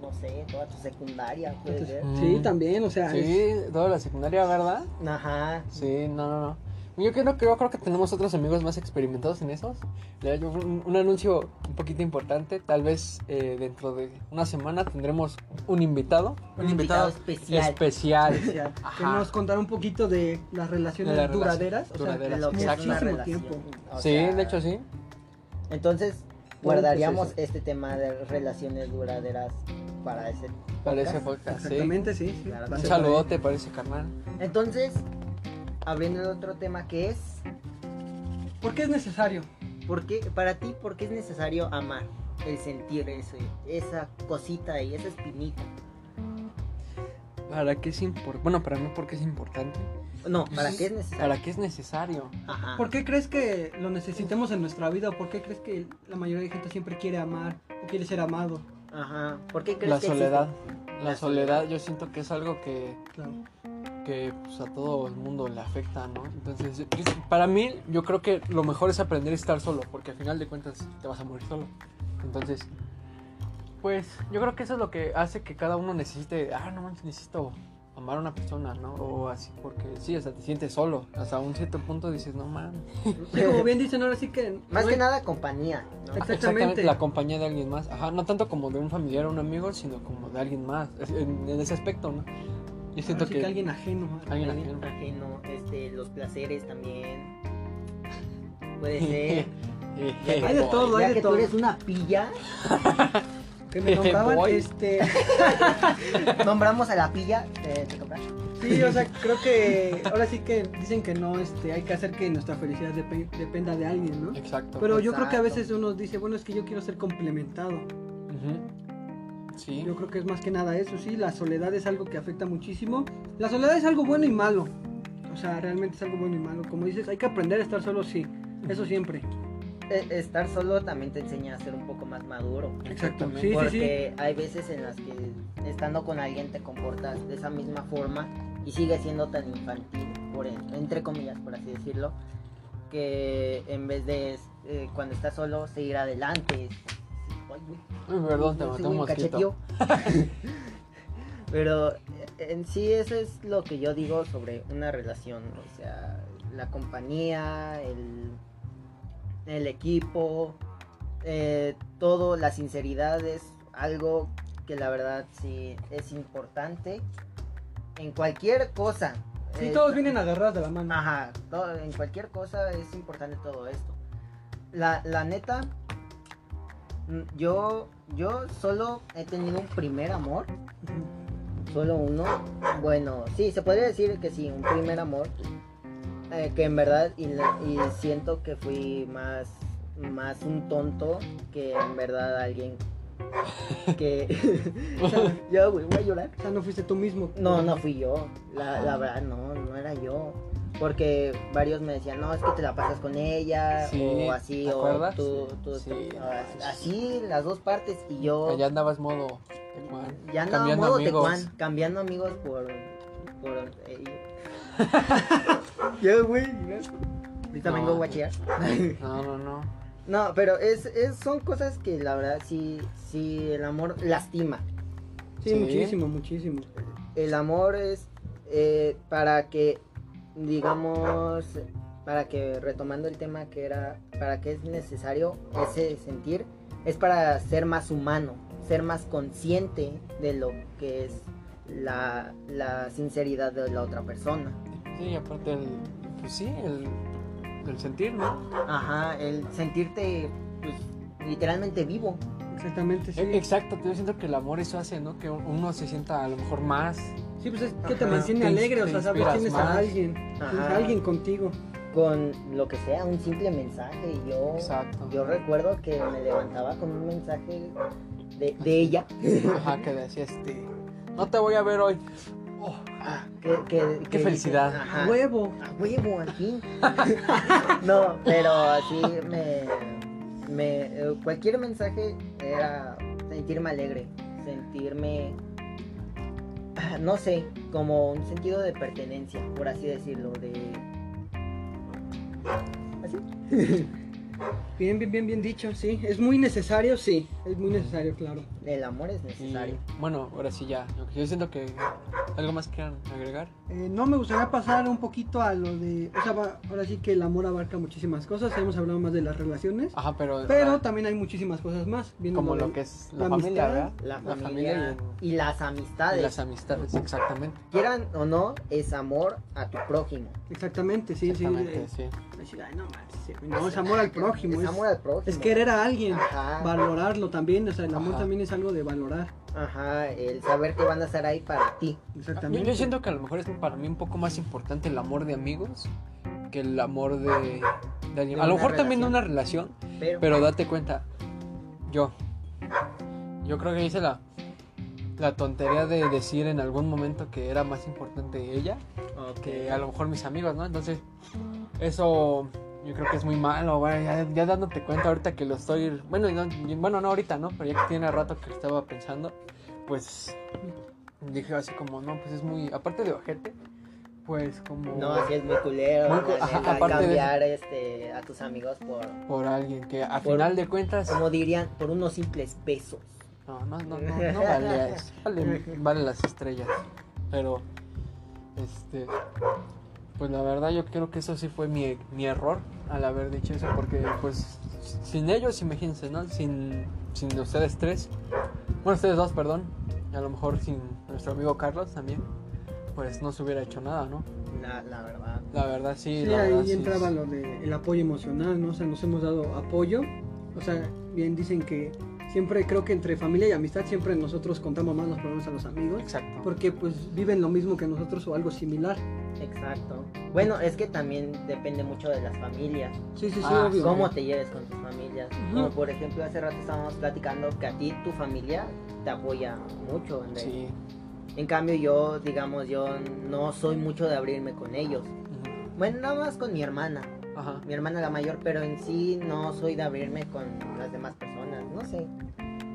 [SPEAKER 3] no sé, toda tu secundaria, puede ser.
[SPEAKER 2] Sí,
[SPEAKER 1] Mm.
[SPEAKER 2] también, o sea. es-
[SPEAKER 1] Sí, toda la secundaria, ¿verdad?
[SPEAKER 3] Ajá.
[SPEAKER 1] Sí, no, no, no. Yo creo, creo, creo que tenemos otros amigos más experimentados en esos. Le doy Un, un anuncio un poquito importante. Tal vez eh, dentro de una semana tendremos un invitado.
[SPEAKER 3] Un invitado especial.
[SPEAKER 1] especial.
[SPEAKER 2] o sea, que
[SPEAKER 1] Ajá.
[SPEAKER 2] nos contará un poquito de las relaciones
[SPEAKER 1] De las
[SPEAKER 2] duraderas, o sea,
[SPEAKER 1] duraderas,
[SPEAKER 3] Lo que es una
[SPEAKER 2] muchísimo
[SPEAKER 3] relación.
[SPEAKER 2] tiempo.
[SPEAKER 3] O
[SPEAKER 1] sí,
[SPEAKER 3] sea,
[SPEAKER 1] de hecho sí.
[SPEAKER 3] Entonces,
[SPEAKER 1] Bueno,
[SPEAKER 3] guardaríamos
[SPEAKER 1] pues eso.
[SPEAKER 3] este tema de relaciones duraderas para ese.
[SPEAKER 1] Parece
[SPEAKER 3] podcast.
[SPEAKER 1] podcast, sí.
[SPEAKER 2] Exactamente, sí. sí,
[SPEAKER 3] Claro,
[SPEAKER 2] va a
[SPEAKER 1] Un
[SPEAKER 2] ser
[SPEAKER 1] saludote para ese carnal.
[SPEAKER 3] Entonces, abriendo el otro tema que es,
[SPEAKER 2] por ahí. ¿Por qué es necesario?
[SPEAKER 3] ¿por qué, para ti, ¿por qué es necesario amar? El sentir ese, esa cosita ahí, esa espinita.
[SPEAKER 1] ¿Para qué es importante? Bueno, para mí, porque es importante?
[SPEAKER 3] No, ¿para qué es necesario?
[SPEAKER 1] ¿Para qué es necesario?
[SPEAKER 3] Ajá.
[SPEAKER 2] ¿Por qué crees que lo necesitemos en nuestra vida? ¿O ¿Por qué crees que la mayoría de gente siempre quiere amar o quiere ser amado?
[SPEAKER 3] Ajá. ¿Por qué crees
[SPEAKER 1] La
[SPEAKER 3] que
[SPEAKER 1] soledad. La
[SPEAKER 3] La
[SPEAKER 1] soledad,
[SPEAKER 3] soledad.
[SPEAKER 1] yo siento que es algo que
[SPEAKER 2] Claro.
[SPEAKER 1] que pues, a todo el mundo le afecta, ¿no? Entonces, yo- yo- para mí, yo creo que lo mejor es aprender a estar solo, porque al final de cuentas te vas a morir solo. Entonces, pues yo creo que eso es lo que hace que cada uno necesite, ah, no manches, necesito amar a una persona, ¿no? O así, porque sí, o sea, te sientes solo. Hasta un cierto punto dices, no man.
[SPEAKER 2] Sí, como bien dicen ahora sí que...
[SPEAKER 3] Más
[SPEAKER 2] no
[SPEAKER 3] que
[SPEAKER 2] hay-
[SPEAKER 3] nada compañía. ¿no?
[SPEAKER 2] Exacto. Exactamente.
[SPEAKER 1] La compañía de alguien más. Ajá, no tanto como de un familiar o un amigo, sino como de alguien más. Es- En, en ese aspecto, ¿no? Yo siento
[SPEAKER 2] ahora sí que
[SPEAKER 1] que.
[SPEAKER 2] alguien ajeno. ¿no?
[SPEAKER 1] Ah, alguien
[SPEAKER 3] Alguien
[SPEAKER 1] ajeno.
[SPEAKER 3] ajeno, este, los placeres también. Puede ser.
[SPEAKER 1] Eh,
[SPEAKER 2] Hay de
[SPEAKER 1] boy.
[SPEAKER 2] todo, hay
[SPEAKER 3] ya
[SPEAKER 2] de
[SPEAKER 3] que
[SPEAKER 2] todo.
[SPEAKER 3] tú eres una pilla,
[SPEAKER 2] Que me nombraban,
[SPEAKER 1] Voy.
[SPEAKER 2] este...
[SPEAKER 3] nombramos a la pilla. eh, ¿te compras?
[SPEAKER 2] Sí, o sea, creo que ahora sí que dicen que no, este, hay que hacer que nuestra felicidad depe- dependa de alguien, ¿no?
[SPEAKER 1] Exacto.
[SPEAKER 2] Pero yo creo que a
[SPEAKER 3] Exacto.
[SPEAKER 2] veces uno dice, bueno, es que yo quiero ser complementado.
[SPEAKER 1] Ujú. Sí.
[SPEAKER 2] Yo creo que es más que nada eso, sí, la soledad es algo que afecta muchísimo. La soledad es algo bueno y malo. O sea, realmente es algo bueno y malo. Como dices, hay que aprender a estar solo, sí. Eso siempre.
[SPEAKER 3] Eh, Estar solo también te enseña a ser un poco más maduro.
[SPEAKER 2] Exacto.
[SPEAKER 1] Exactamente.
[SPEAKER 2] Sí, sí, sí.
[SPEAKER 3] Porque hay veces en las que estando con alguien te comportas de esa misma forma y sigue siendo tan infantil, por en- entre comillas, por así decirlo, que en vez de eh, cuando estás solo seguir adelante. Ay, güey.
[SPEAKER 1] Uy, perdón, te
[SPEAKER 3] Sí,
[SPEAKER 1] maté
[SPEAKER 3] güey,
[SPEAKER 1] un mosquito.
[SPEAKER 3] cacheteo. Pero eh, en sí eso es lo que yo digo sobre una relación, o sea, la compañía, el, el equipo, eh, todo, la sinceridad es algo que la verdad sí es importante en cualquier cosa.
[SPEAKER 2] Sí,
[SPEAKER 3] Eh,
[SPEAKER 2] todos vienen agarrados de la mano.
[SPEAKER 3] Ajá, todo- en cualquier cosa es importante todo esto. La, la neta, mm, yo, yo solo he tenido un primer amor, solo uno. Bueno, sí, se podría decir que sí, un primer amor. eh, que en verdad, y, la- y siento que fui más, más un tonto que en verdad alguien que...
[SPEAKER 2] O sea,
[SPEAKER 3] ya, güey, voy a llorar.
[SPEAKER 2] o sea, no fuiste tú mismo.
[SPEAKER 3] No, no fui yo. La, la verdad, no, no era yo. Porque varios me decían, no, es que te la pasas con ella,
[SPEAKER 1] Sí,
[SPEAKER 3] o así,
[SPEAKER 1] ¿te
[SPEAKER 3] o
[SPEAKER 1] acuerdas?
[SPEAKER 3] tú, tú,
[SPEAKER 1] Sí,
[SPEAKER 3] tú-
[SPEAKER 1] no
[SPEAKER 3] as-
[SPEAKER 1] manches.
[SPEAKER 3] así, las dos partes, y yo
[SPEAKER 1] Allá andabas modo Tecuán.
[SPEAKER 3] ya andaba
[SPEAKER 1] cambiando
[SPEAKER 3] modo
[SPEAKER 1] amigos.
[SPEAKER 3] Tecuán, cambiando amigos por. por. eh, Ya, güey, ya. Ahorita
[SPEAKER 1] No,
[SPEAKER 3] vengo a
[SPEAKER 1] no.
[SPEAKER 3] guachear.
[SPEAKER 1] No, no, no.
[SPEAKER 3] No, pero es, es, son cosas que la verdad sí, sí, el amor lastima.
[SPEAKER 2] Sí,
[SPEAKER 1] Sí.
[SPEAKER 2] muchísimo, muchísimo.
[SPEAKER 3] el amor es eh, para que, digamos, para que, retomando el tema que era, para que es necesario ese sentir, es para ser más humano, ser más consciente de lo que es la, la sinceridad de la otra persona.
[SPEAKER 1] Sí, aparte el. Pues sí, el. El sentir, ¿no?
[SPEAKER 3] Ajá, el sentirte, pues, literalmente vivo.
[SPEAKER 2] Exactamente,
[SPEAKER 1] E-
[SPEAKER 2] sí.
[SPEAKER 1] Exacto, yo siento que el amor eso hace, ¿no? Que uno se sienta a lo mejor más.
[SPEAKER 2] Sí, pues es que te
[SPEAKER 3] Ajá.
[SPEAKER 2] mantiene
[SPEAKER 1] Te ins-
[SPEAKER 2] alegre, o
[SPEAKER 1] te
[SPEAKER 2] sea, sabes
[SPEAKER 1] inspiras
[SPEAKER 2] tienes a
[SPEAKER 1] más.
[SPEAKER 2] alguien.
[SPEAKER 3] Ajá.
[SPEAKER 2] tienes a alguien contigo.
[SPEAKER 3] con lo que sea, un simple mensaje. Y Yo,
[SPEAKER 1] Exacto.
[SPEAKER 3] yo recuerdo que me levantaba con un mensaje de, de ella
[SPEAKER 1] Ajá, que decía este. No te voy a ver hoy. Oh,
[SPEAKER 3] que, que- que
[SPEAKER 1] felicidad.
[SPEAKER 3] dice,
[SPEAKER 2] A
[SPEAKER 3] "Ajá,
[SPEAKER 2] huevo.
[SPEAKER 3] a huevo, al fin. no, pero así me, me- eh, Cualquier mensaje era sentirme alegre, sentirme. ah, No sé, como un sentido de pertenencia, por así decirlo, de. Así.
[SPEAKER 2] Bien, bien, bien, bien dicho, sí. Es muy necesario, sí. Es muy necesario, claro.
[SPEAKER 3] El amor es
[SPEAKER 1] y,
[SPEAKER 3] necesario.
[SPEAKER 1] bueno, ahora sí ya. Yo- Yo siento que. ¿Algo más quieran agregar?
[SPEAKER 2] Eh, no, me gustaría pasar un poquito a lo de... O sea, va- ahora sí que el amor abarca muchísimas cosas. Hemos hablado más de las relaciones.
[SPEAKER 1] Ah, pues, Ajá, pero.
[SPEAKER 2] Pero también hay muchísimas cosas más. viendo
[SPEAKER 1] como lo
[SPEAKER 2] de-
[SPEAKER 1] que es la,
[SPEAKER 2] la
[SPEAKER 1] familia,
[SPEAKER 2] amistad,
[SPEAKER 1] ¿verdad?
[SPEAKER 3] La familia,
[SPEAKER 1] y-
[SPEAKER 3] y, las
[SPEAKER 1] y,
[SPEAKER 3] amistades.
[SPEAKER 1] las amistades, exactamente.
[SPEAKER 3] Quieran o no, es amor a tu prójimo.
[SPEAKER 2] Exactamente, sí,
[SPEAKER 1] exactamente,
[SPEAKER 2] sí.
[SPEAKER 1] sí.
[SPEAKER 2] eh, decir, "Ay, no, man, sí, no, es amor al prójimo.
[SPEAKER 3] Es,
[SPEAKER 2] Es,
[SPEAKER 3] amor al prójimo.
[SPEAKER 2] es querer a alguien.
[SPEAKER 3] Ajá.
[SPEAKER 2] Valorarlo también. O sea, el amor
[SPEAKER 1] Ajá.
[SPEAKER 2] también es algo de valorar.
[SPEAKER 3] Ajá, el saber que van a estar ahí para ti.
[SPEAKER 1] Yo,
[SPEAKER 2] Exactamente.
[SPEAKER 1] yo siento que a lo mejor es para mí un poco más importante el amor de amigos que el amor de, de alguien.
[SPEAKER 3] De
[SPEAKER 1] a lo
[SPEAKER 3] una
[SPEAKER 1] mejor también de
[SPEAKER 3] relación.
[SPEAKER 1] una relación,
[SPEAKER 3] Pero,
[SPEAKER 1] pero date cuenta, yo, yo creo que hice la, la tontería de decir en algún momento que era más importante ella
[SPEAKER 3] Ok.
[SPEAKER 1] que a lo mejor mis amigos, ¿no? Entonces, eso yo creo que es muy malo, güey. Ya, ya dándote cuenta ahorita que lo estoy. Bueno, y no, y- bueno, no ahorita, ¿no? Pero ya que tiene rato que lo estaba pensando, pues dije así como, no, pues es muy. Aparte de ojete, pues como.
[SPEAKER 3] No, así es muy culero.
[SPEAKER 1] Muy
[SPEAKER 3] ¿no?
[SPEAKER 1] cu- ajá,
[SPEAKER 3] El- al
[SPEAKER 1] aparte de-
[SPEAKER 3] cambiar este, a tus amigos por,
[SPEAKER 1] Por alguien que a
[SPEAKER 3] Por-
[SPEAKER 1] final de cuentas.
[SPEAKER 3] como dirían, por unos simples pesos.
[SPEAKER 1] No, no, no, no, no vale eso. Vale, vale las estrellas. Pero, este. Pues la verdad, yo creo que eso sí fue mi, mi error al haber dicho eso, porque, pues, sin ellos, imagínense, ¿no? Sin, sin ustedes tres. Bueno, ustedes dos, perdón. A lo mejor sin nuestro amigo Carlos también. Pues no se hubiera hecho nada, ¿no?
[SPEAKER 3] La, la verdad.
[SPEAKER 1] La verdad, sí.
[SPEAKER 2] Sí,
[SPEAKER 1] la
[SPEAKER 2] ahí
[SPEAKER 1] verdad, sí,
[SPEAKER 2] entraba
[SPEAKER 1] sí.
[SPEAKER 2] lo de el apoyo emocional, ¿no? O sea, nos hemos dado apoyo. O sea, bien dicen que siempre creo que entre familia y amistad siempre nosotros contamos más los problemas a los amigos.
[SPEAKER 1] Exacto.
[SPEAKER 2] Porque pues viven lo mismo que nosotros o algo similar.
[SPEAKER 3] Exacto. Bueno, es que también depende mucho de las familias.
[SPEAKER 2] Sí, sí, sí,
[SPEAKER 1] Ah,
[SPEAKER 2] obvio.
[SPEAKER 3] ¿Cómo te lleves con tus familias?
[SPEAKER 2] Ujú.
[SPEAKER 3] Como por ejemplo, hace rato estábamos platicando que a ti tu familia te apoya mucho. ¿no?
[SPEAKER 1] Sí.
[SPEAKER 3] En cambio, yo, digamos, yo no soy mucho de abrirme con ellos. Bueno, nada más con mi hermana.
[SPEAKER 1] Ajá.
[SPEAKER 3] Mi hermana la mayor, pero en sí no soy de abrirme con las demás personas. No sé.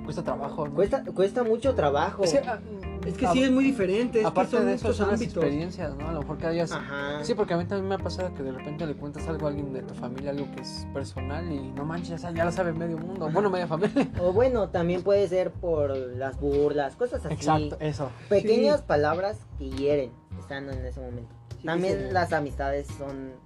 [SPEAKER 1] Cuesta trabajo. ¿no?
[SPEAKER 3] Cuesta, cuesta mucho trabajo.
[SPEAKER 1] Es que, ah,
[SPEAKER 2] Es que
[SPEAKER 1] a-
[SPEAKER 2] sí es muy diferente, es que
[SPEAKER 1] Aparte
[SPEAKER 2] son
[SPEAKER 1] de eso,
[SPEAKER 2] muchos
[SPEAKER 1] son las
[SPEAKER 2] ámbitos.
[SPEAKER 1] experiencias, ¿no? A lo mejor que hayas.
[SPEAKER 3] Ajá.
[SPEAKER 1] Sí, porque a mí también me ha pasado que de repente le cuentas algo a alguien de tu familia, algo que es personal y no manches, ya, sa- ya lo sabe medio mundo. Bueno, media familia.
[SPEAKER 3] O bueno, también puede ser por las burlas, cosas así.
[SPEAKER 1] Exacto, eso.
[SPEAKER 3] Pequeñas
[SPEAKER 2] Sí.
[SPEAKER 3] palabras que hieren, estando en ese momento.
[SPEAKER 2] Sí,
[SPEAKER 3] También
[SPEAKER 2] sí.
[SPEAKER 3] las amistades son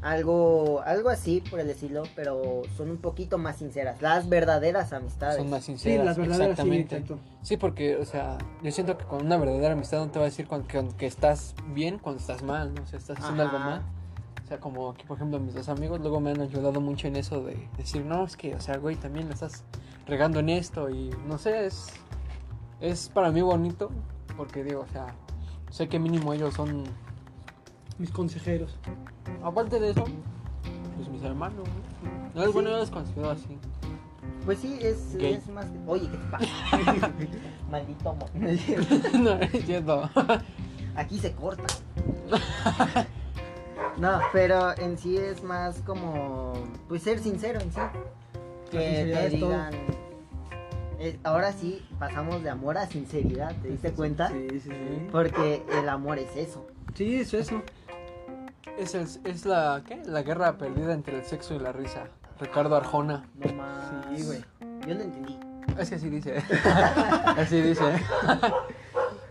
[SPEAKER 3] algo, algo así por el estilo, pero son un poquito más sinceras. Las verdaderas amistades.
[SPEAKER 1] Son más
[SPEAKER 2] Sí,
[SPEAKER 1] sinceras.
[SPEAKER 2] las verdaderas sí,
[SPEAKER 1] exactamente.
[SPEAKER 2] exacto.
[SPEAKER 1] Sí, porque, o sea, yo siento que con una verdadera amistad no te va a decir cuan- que, que estás bien cuando estás mal, ¿no? O sea, estás haciendo
[SPEAKER 3] Ajá.
[SPEAKER 1] algo mal. O sea, como aquí, por ejemplo, mis dos amigos luego me han ayudado mucho en eso de decir, no, es que, o sea, güey, también la estás regando en esto y no sé, es, es para mí bonito porque digo, o sea, sé que mínimo ellos son,
[SPEAKER 2] Mis consejeros.
[SPEAKER 1] aparte de eso, pues mis hermanos, ¿no? No es bueno, yo los considero así.
[SPEAKER 3] Pues sí, es,
[SPEAKER 1] Gay.
[SPEAKER 3] es más... Oye, ¿qué te pasa? Maldito amor.
[SPEAKER 1] no, es cierto.
[SPEAKER 3] Aquí se corta. No, pero en sí es más como, pues ser sincero en sí. Que
[SPEAKER 2] sinceridad
[SPEAKER 3] te
[SPEAKER 2] es todo.
[SPEAKER 3] digan, es- ahora sí pasamos de amor a sinceridad, ¿te diste cuenta?
[SPEAKER 2] Sí, sí, sí.
[SPEAKER 3] Porque el amor es eso.
[SPEAKER 2] Sí, es eso.
[SPEAKER 1] Es, el- es la, ¿qué? La guerra perdida entre el sexo y la risa. Ricardo Arjona.
[SPEAKER 3] No más.
[SPEAKER 2] Sí, güey.
[SPEAKER 3] Yo no entendí.
[SPEAKER 1] Es que así dice. así dice.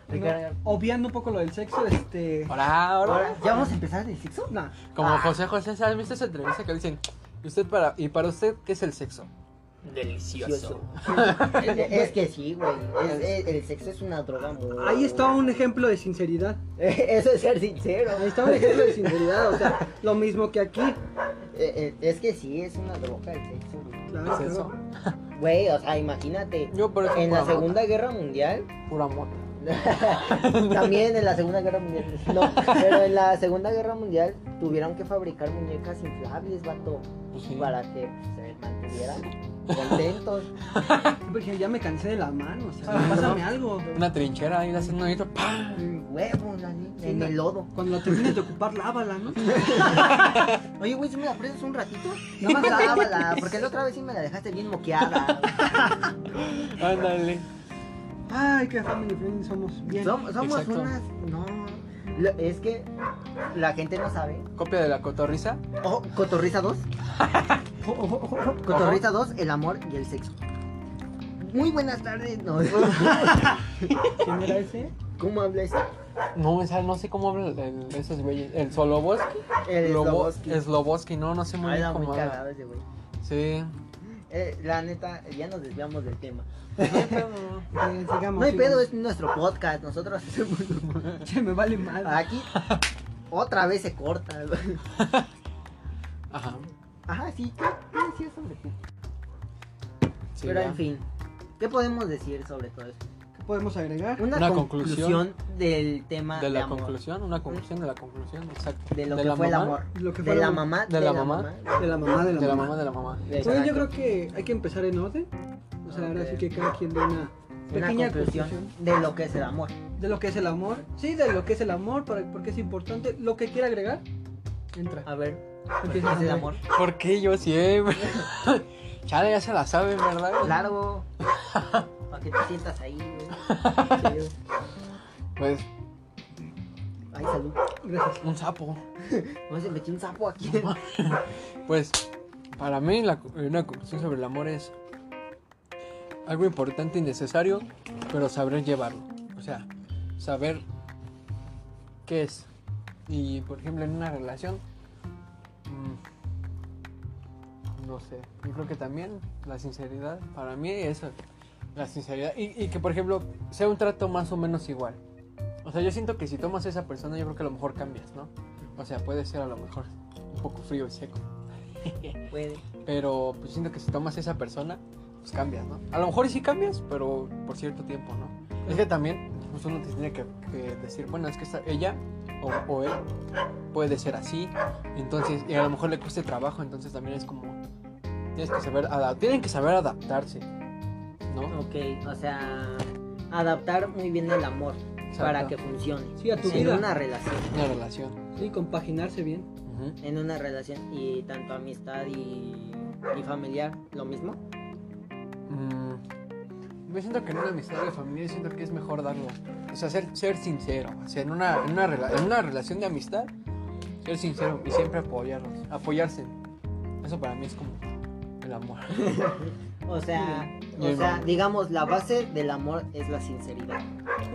[SPEAKER 3] Ricardo.
[SPEAKER 2] No, obviando un poco lo del sexo, este.
[SPEAKER 1] Ahora, ahora.
[SPEAKER 3] Ahora, ¿ya vamos a empezar el sexo?
[SPEAKER 2] Nah,
[SPEAKER 1] Como
[SPEAKER 3] Ah.
[SPEAKER 1] José José, ¿sabes? ¿Viste esa entrevista que le dicen? ¿Y, usted para, ¿Y para usted qué es el sexo? Delicioso.
[SPEAKER 3] es, es que sí, güey. Es- es- el sexo es una droga muy...
[SPEAKER 2] ahí está un ejemplo de sinceridad.
[SPEAKER 3] Eso es ser sincero.
[SPEAKER 2] Ahí está un ejemplo de sinceridad, o sea, lo mismo que aquí.
[SPEAKER 3] Eh, eh, es que sí, es una droga el sexo. güey.
[SPEAKER 2] Claro,
[SPEAKER 1] ¿Qué es
[SPEAKER 2] claro.
[SPEAKER 3] Güey, o sea, imagínate.
[SPEAKER 1] Yo, pero es
[SPEAKER 3] En
[SPEAKER 1] pura
[SPEAKER 3] la
[SPEAKER 1] mota,
[SPEAKER 3] Segunda Guerra Mundial,
[SPEAKER 1] Pura mota.
[SPEAKER 3] también en la Segunda Guerra Mundial, no, pero en la Segunda Guerra Mundial tuvieron que fabricar muñecas inflables, vato,
[SPEAKER 1] Pues sí.
[SPEAKER 3] para que se mantuvieran contentos.
[SPEAKER 2] Porque ya me cansé de la mano, o sea, pásame algo.
[SPEAKER 1] Una trinchera ahí haciendo un hoyito, ¡pam!
[SPEAKER 3] Huevos, así, en el lodo.
[SPEAKER 2] Cuando la termines de ocupar, lávala, ¿no?
[SPEAKER 3] Oye, güey, si me la prestas un ratito, no más lávala, porque la otra vez sí me la dejaste bien moqueada.
[SPEAKER 1] Ándale.
[SPEAKER 2] Ay, qué family friendly somos. Bien.
[SPEAKER 3] Som- somos
[SPEAKER 1] Exacto.
[SPEAKER 3] unas, no, lo- es que la gente no sabe.
[SPEAKER 1] Copia de la cotorriza.
[SPEAKER 3] Oh, Cotorriza 2.
[SPEAKER 2] Oh, oh, oh, oh, oh.
[SPEAKER 3] Cotorrita 2, el amor y el sexo. Muy buenas tardes. No,
[SPEAKER 2] ¿Quién era ese?
[SPEAKER 3] ¿Cómo habla ese?
[SPEAKER 1] No, esa, no sé cómo habla el, el- esos güeyes. El Soloboski.
[SPEAKER 3] El
[SPEAKER 1] Lobo-
[SPEAKER 3] Sloboski.
[SPEAKER 1] Sloboski, no, no sé muy
[SPEAKER 3] Ah,
[SPEAKER 1] bien
[SPEAKER 3] era muy
[SPEAKER 1] cómo habla.
[SPEAKER 3] cagado ese güey.
[SPEAKER 1] Sí.
[SPEAKER 3] Eh, la neta, ya nos desviamos del tema.
[SPEAKER 2] Eh, sigamos.
[SPEAKER 3] No hay pedo,
[SPEAKER 2] sigamos.
[SPEAKER 3] es nuestro podcast. Nosotros hacemos.
[SPEAKER 2] Che, me vale mal.
[SPEAKER 3] Aquí otra vez se corta.
[SPEAKER 1] Ajá.
[SPEAKER 3] Ajá, sí, ¿qué, qué decías sobre tú?
[SPEAKER 1] Sí,
[SPEAKER 3] Pero en
[SPEAKER 1] va.
[SPEAKER 3] fin, ¿qué podemos decir sobre todo esto?
[SPEAKER 2] ¿Qué podemos agregar?
[SPEAKER 3] Una,
[SPEAKER 1] Una
[SPEAKER 3] conclusión, del tema
[SPEAKER 1] De
[SPEAKER 3] de,
[SPEAKER 1] la
[SPEAKER 3] amor.
[SPEAKER 1] conclusión, una conclusión de la conclusión, exacto.
[SPEAKER 3] De lo
[SPEAKER 1] De
[SPEAKER 3] que
[SPEAKER 1] la
[SPEAKER 3] fue
[SPEAKER 1] mamá,
[SPEAKER 3] el amor.
[SPEAKER 2] Lo que fue
[SPEAKER 3] De la
[SPEAKER 2] la-
[SPEAKER 3] mamá.
[SPEAKER 1] de la mamá.
[SPEAKER 2] De la mamá de la
[SPEAKER 1] De la
[SPEAKER 2] mamá.
[SPEAKER 1] mamá de la mamá.
[SPEAKER 2] Bueno, Pues yo
[SPEAKER 3] Exacto.
[SPEAKER 2] creo que hay que empezar en orden. O sea, ahora
[SPEAKER 3] Ok.
[SPEAKER 2] sí que cada quien dé una
[SPEAKER 3] una
[SPEAKER 2] pequeña
[SPEAKER 3] conclusión,
[SPEAKER 2] conclusión
[SPEAKER 3] de lo que es el amor.
[SPEAKER 2] de lo que es el amor. Sí, de lo que es el amor, para- porque es importante. Lo que quiera agregar, entra.
[SPEAKER 3] A ver, ¿qué
[SPEAKER 2] Empieza
[SPEAKER 3] es el Ah, pues, amor?
[SPEAKER 1] ¿Por qué yo siempre? Chale, ya se la saben, ¿verdad?
[SPEAKER 3] Claro. Para que te sientas ahí. güey.
[SPEAKER 1] Pues
[SPEAKER 3] Ay, salud.
[SPEAKER 2] Gracias.
[SPEAKER 1] un sapo.
[SPEAKER 3] No se metió un sapo aquí.
[SPEAKER 1] Pues para mí la, una conclusión sobre el amor es algo importante y necesario, pero saber llevarlo. O sea, saber qué es. Y por ejemplo en una relación, mm, no sé, yo creo que también la sinceridad, para mí eso, la sinceridad. Y, y que por ejemplo sea un trato más o menos igual. O sea, yo siento que si tomas a esa persona, yo creo que a lo mejor cambias, ¿no? O sea, puede ser a lo mejor un poco frío y seco.
[SPEAKER 3] Puede.
[SPEAKER 1] Pero pues siento que si tomas a esa persona, pues cambias, ¿no? A lo mejor y sí cambias, pero por cierto tiempo, ¿no? Es que también, pues uno te tiene que, que decir, bueno, es que esta- ella o, o él puede ser así, entonces, y a lo mejor le cueste trabajo, entonces también es como, tienes que saber, ada- tienen que saber adaptarse, ¿no?
[SPEAKER 3] Ok, o sea, adaptar muy bien el amor para que funcione.
[SPEAKER 2] Sí, a tu
[SPEAKER 3] en
[SPEAKER 2] vida.
[SPEAKER 3] una relación.
[SPEAKER 1] Una relación.
[SPEAKER 2] Sí, compaginarse bien.
[SPEAKER 1] Ujú. Ujú.
[SPEAKER 3] en una relación y tanto amistad y, y familiar, lo mismo.
[SPEAKER 1] Mm, Yo siento que en una amistad de familia siento que es mejor darlo. O sea, ser, ser sincero. O sea, en una, en, una rela- en una relación de amistad, ser sincero y siempre apoyarlos. Apoyarse. Eso para mí es como el amor.
[SPEAKER 3] O sea,
[SPEAKER 1] Muy
[SPEAKER 3] o
[SPEAKER 1] bien.
[SPEAKER 3] sea, digamos, la base del amor es la sinceridad.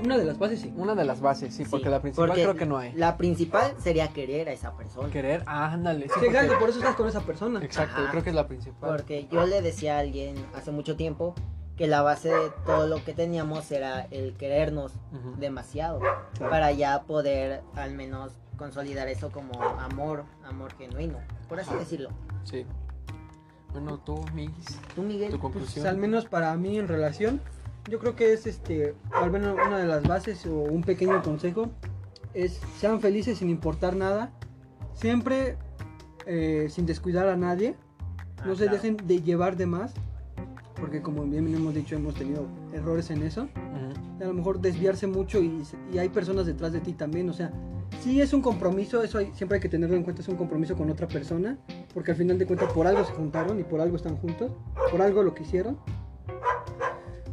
[SPEAKER 2] Una de las bases sí.
[SPEAKER 1] Una de las bases, sí, porque la principal
[SPEAKER 3] porque
[SPEAKER 1] creo que no hay.
[SPEAKER 3] La principal sería querer a esa persona.
[SPEAKER 1] Querer, ah, ándale. sí,
[SPEAKER 2] Qué
[SPEAKER 1] porque-
[SPEAKER 2] grande, por eso estás con esa persona.
[SPEAKER 1] Exacto,
[SPEAKER 3] Ajá.
[SPEAKER 1] creo que es la principal.
[SPEAKER 3] Porque yo le decía a alguien hace mucho tiempo que la base de todo lo que teníamos era el querernos
[SPEAKER 1] Ujú.
[SPEAKER 3] demasiado para ya poder al menos consolidar eso como amor, amor genuino, por así decirlo.
[SPEAKER 1] Sí. Bueno, tú, Miguis,
[SPEAKER 3] Tú, Miguel,
[SPEAKER 1] tu
[SPEAKER 2] Pues,
[SPEAKER 1] conclusión.
[SPEAKER 2] al menos para mí en relación, yo creo que es este, al menos una de las bases o un pequeño consejo es sean felices sin importar nada, siempre eh, sin descuidar a nadie, no
[SPEAKER 3] Ah,
[SPEAKER 2] se
[SPEAKER 3] claro.
[SPEAKER 2] dejen de llevar de más, porque como bien hemos dicho hemos tenido errores en eso,
[SPEAKER 1] Ujú.
[SPEAKER 2] a lo mejor desviarse mucho y, y hay personas detrás de ti también, o sea, sí es un compromiso, eso hay- siempre hay que tenerlo en cuenta, es un compromiso con otra persona, porque al final de cuentas por algo se juntaron y por algo están juntos, por algo lo quisieron,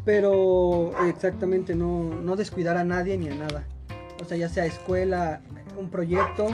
[SPEAKER 2] pero exactamente no, no descuidar a nadie ni a nada, o sea, ya sea escuela, un proyecto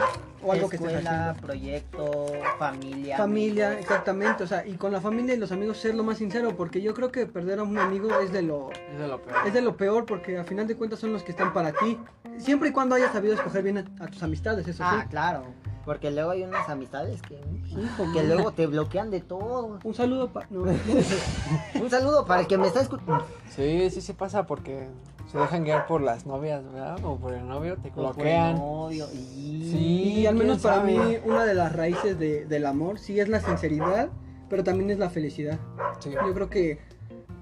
[SPEAKER 2] o algo que estés
[SPEAKER 3] escuela,
[SPEAKER 2] haciendo.
[SPEAKER 3] proyecto, familia.
[SPEAKER 2] Familia,
[SPEAKER 3] amigos.
[SPEAKER 2] exactamente, o sea, y con la familia y los amigos ser lo más sincero, porque yo creo que perder a un amigo es de lo,
[SPEAKER 1] Es de lo peor.
[SPEAKER 2] es de lo peor porque al final de cuentas son los que están para ti. Siempre y cuando hayas sabido escoger bien a, a tus amistades, eso
[SPEAKER 3] Ah,
[SPEAKER 2] sí.
[SPEAKER 3] claro, porque luego hay unas amistades que,
[SPEAKER 2] Hijo,
[SPEAKER 3] que
[SPEAKER 2] man.
[SPEAKER 3] luego te bloquean de todo.
[SPEAKER 2] Un saludo para...
[SPEAKER 3] Un saludo para el que me está escuchando.
[SPEAKER 1] Sí, sí, sí pasa porque se dejan guiar por las novias, ¿verdad? O por el novio, te bloquean. Sí,
[SPEAKER 2] y al menos
[SPEAKER 1] quién
[SPEAKER 2] para
[SPEAKER 1] sabe.
[SPEAKER 2] mí una de las raíces de- del amor sí es la sinceridad, pero también es la felicidad.
[SPEAKER 1] Sí. Ah,
[SPEAKER 2] Yo creo que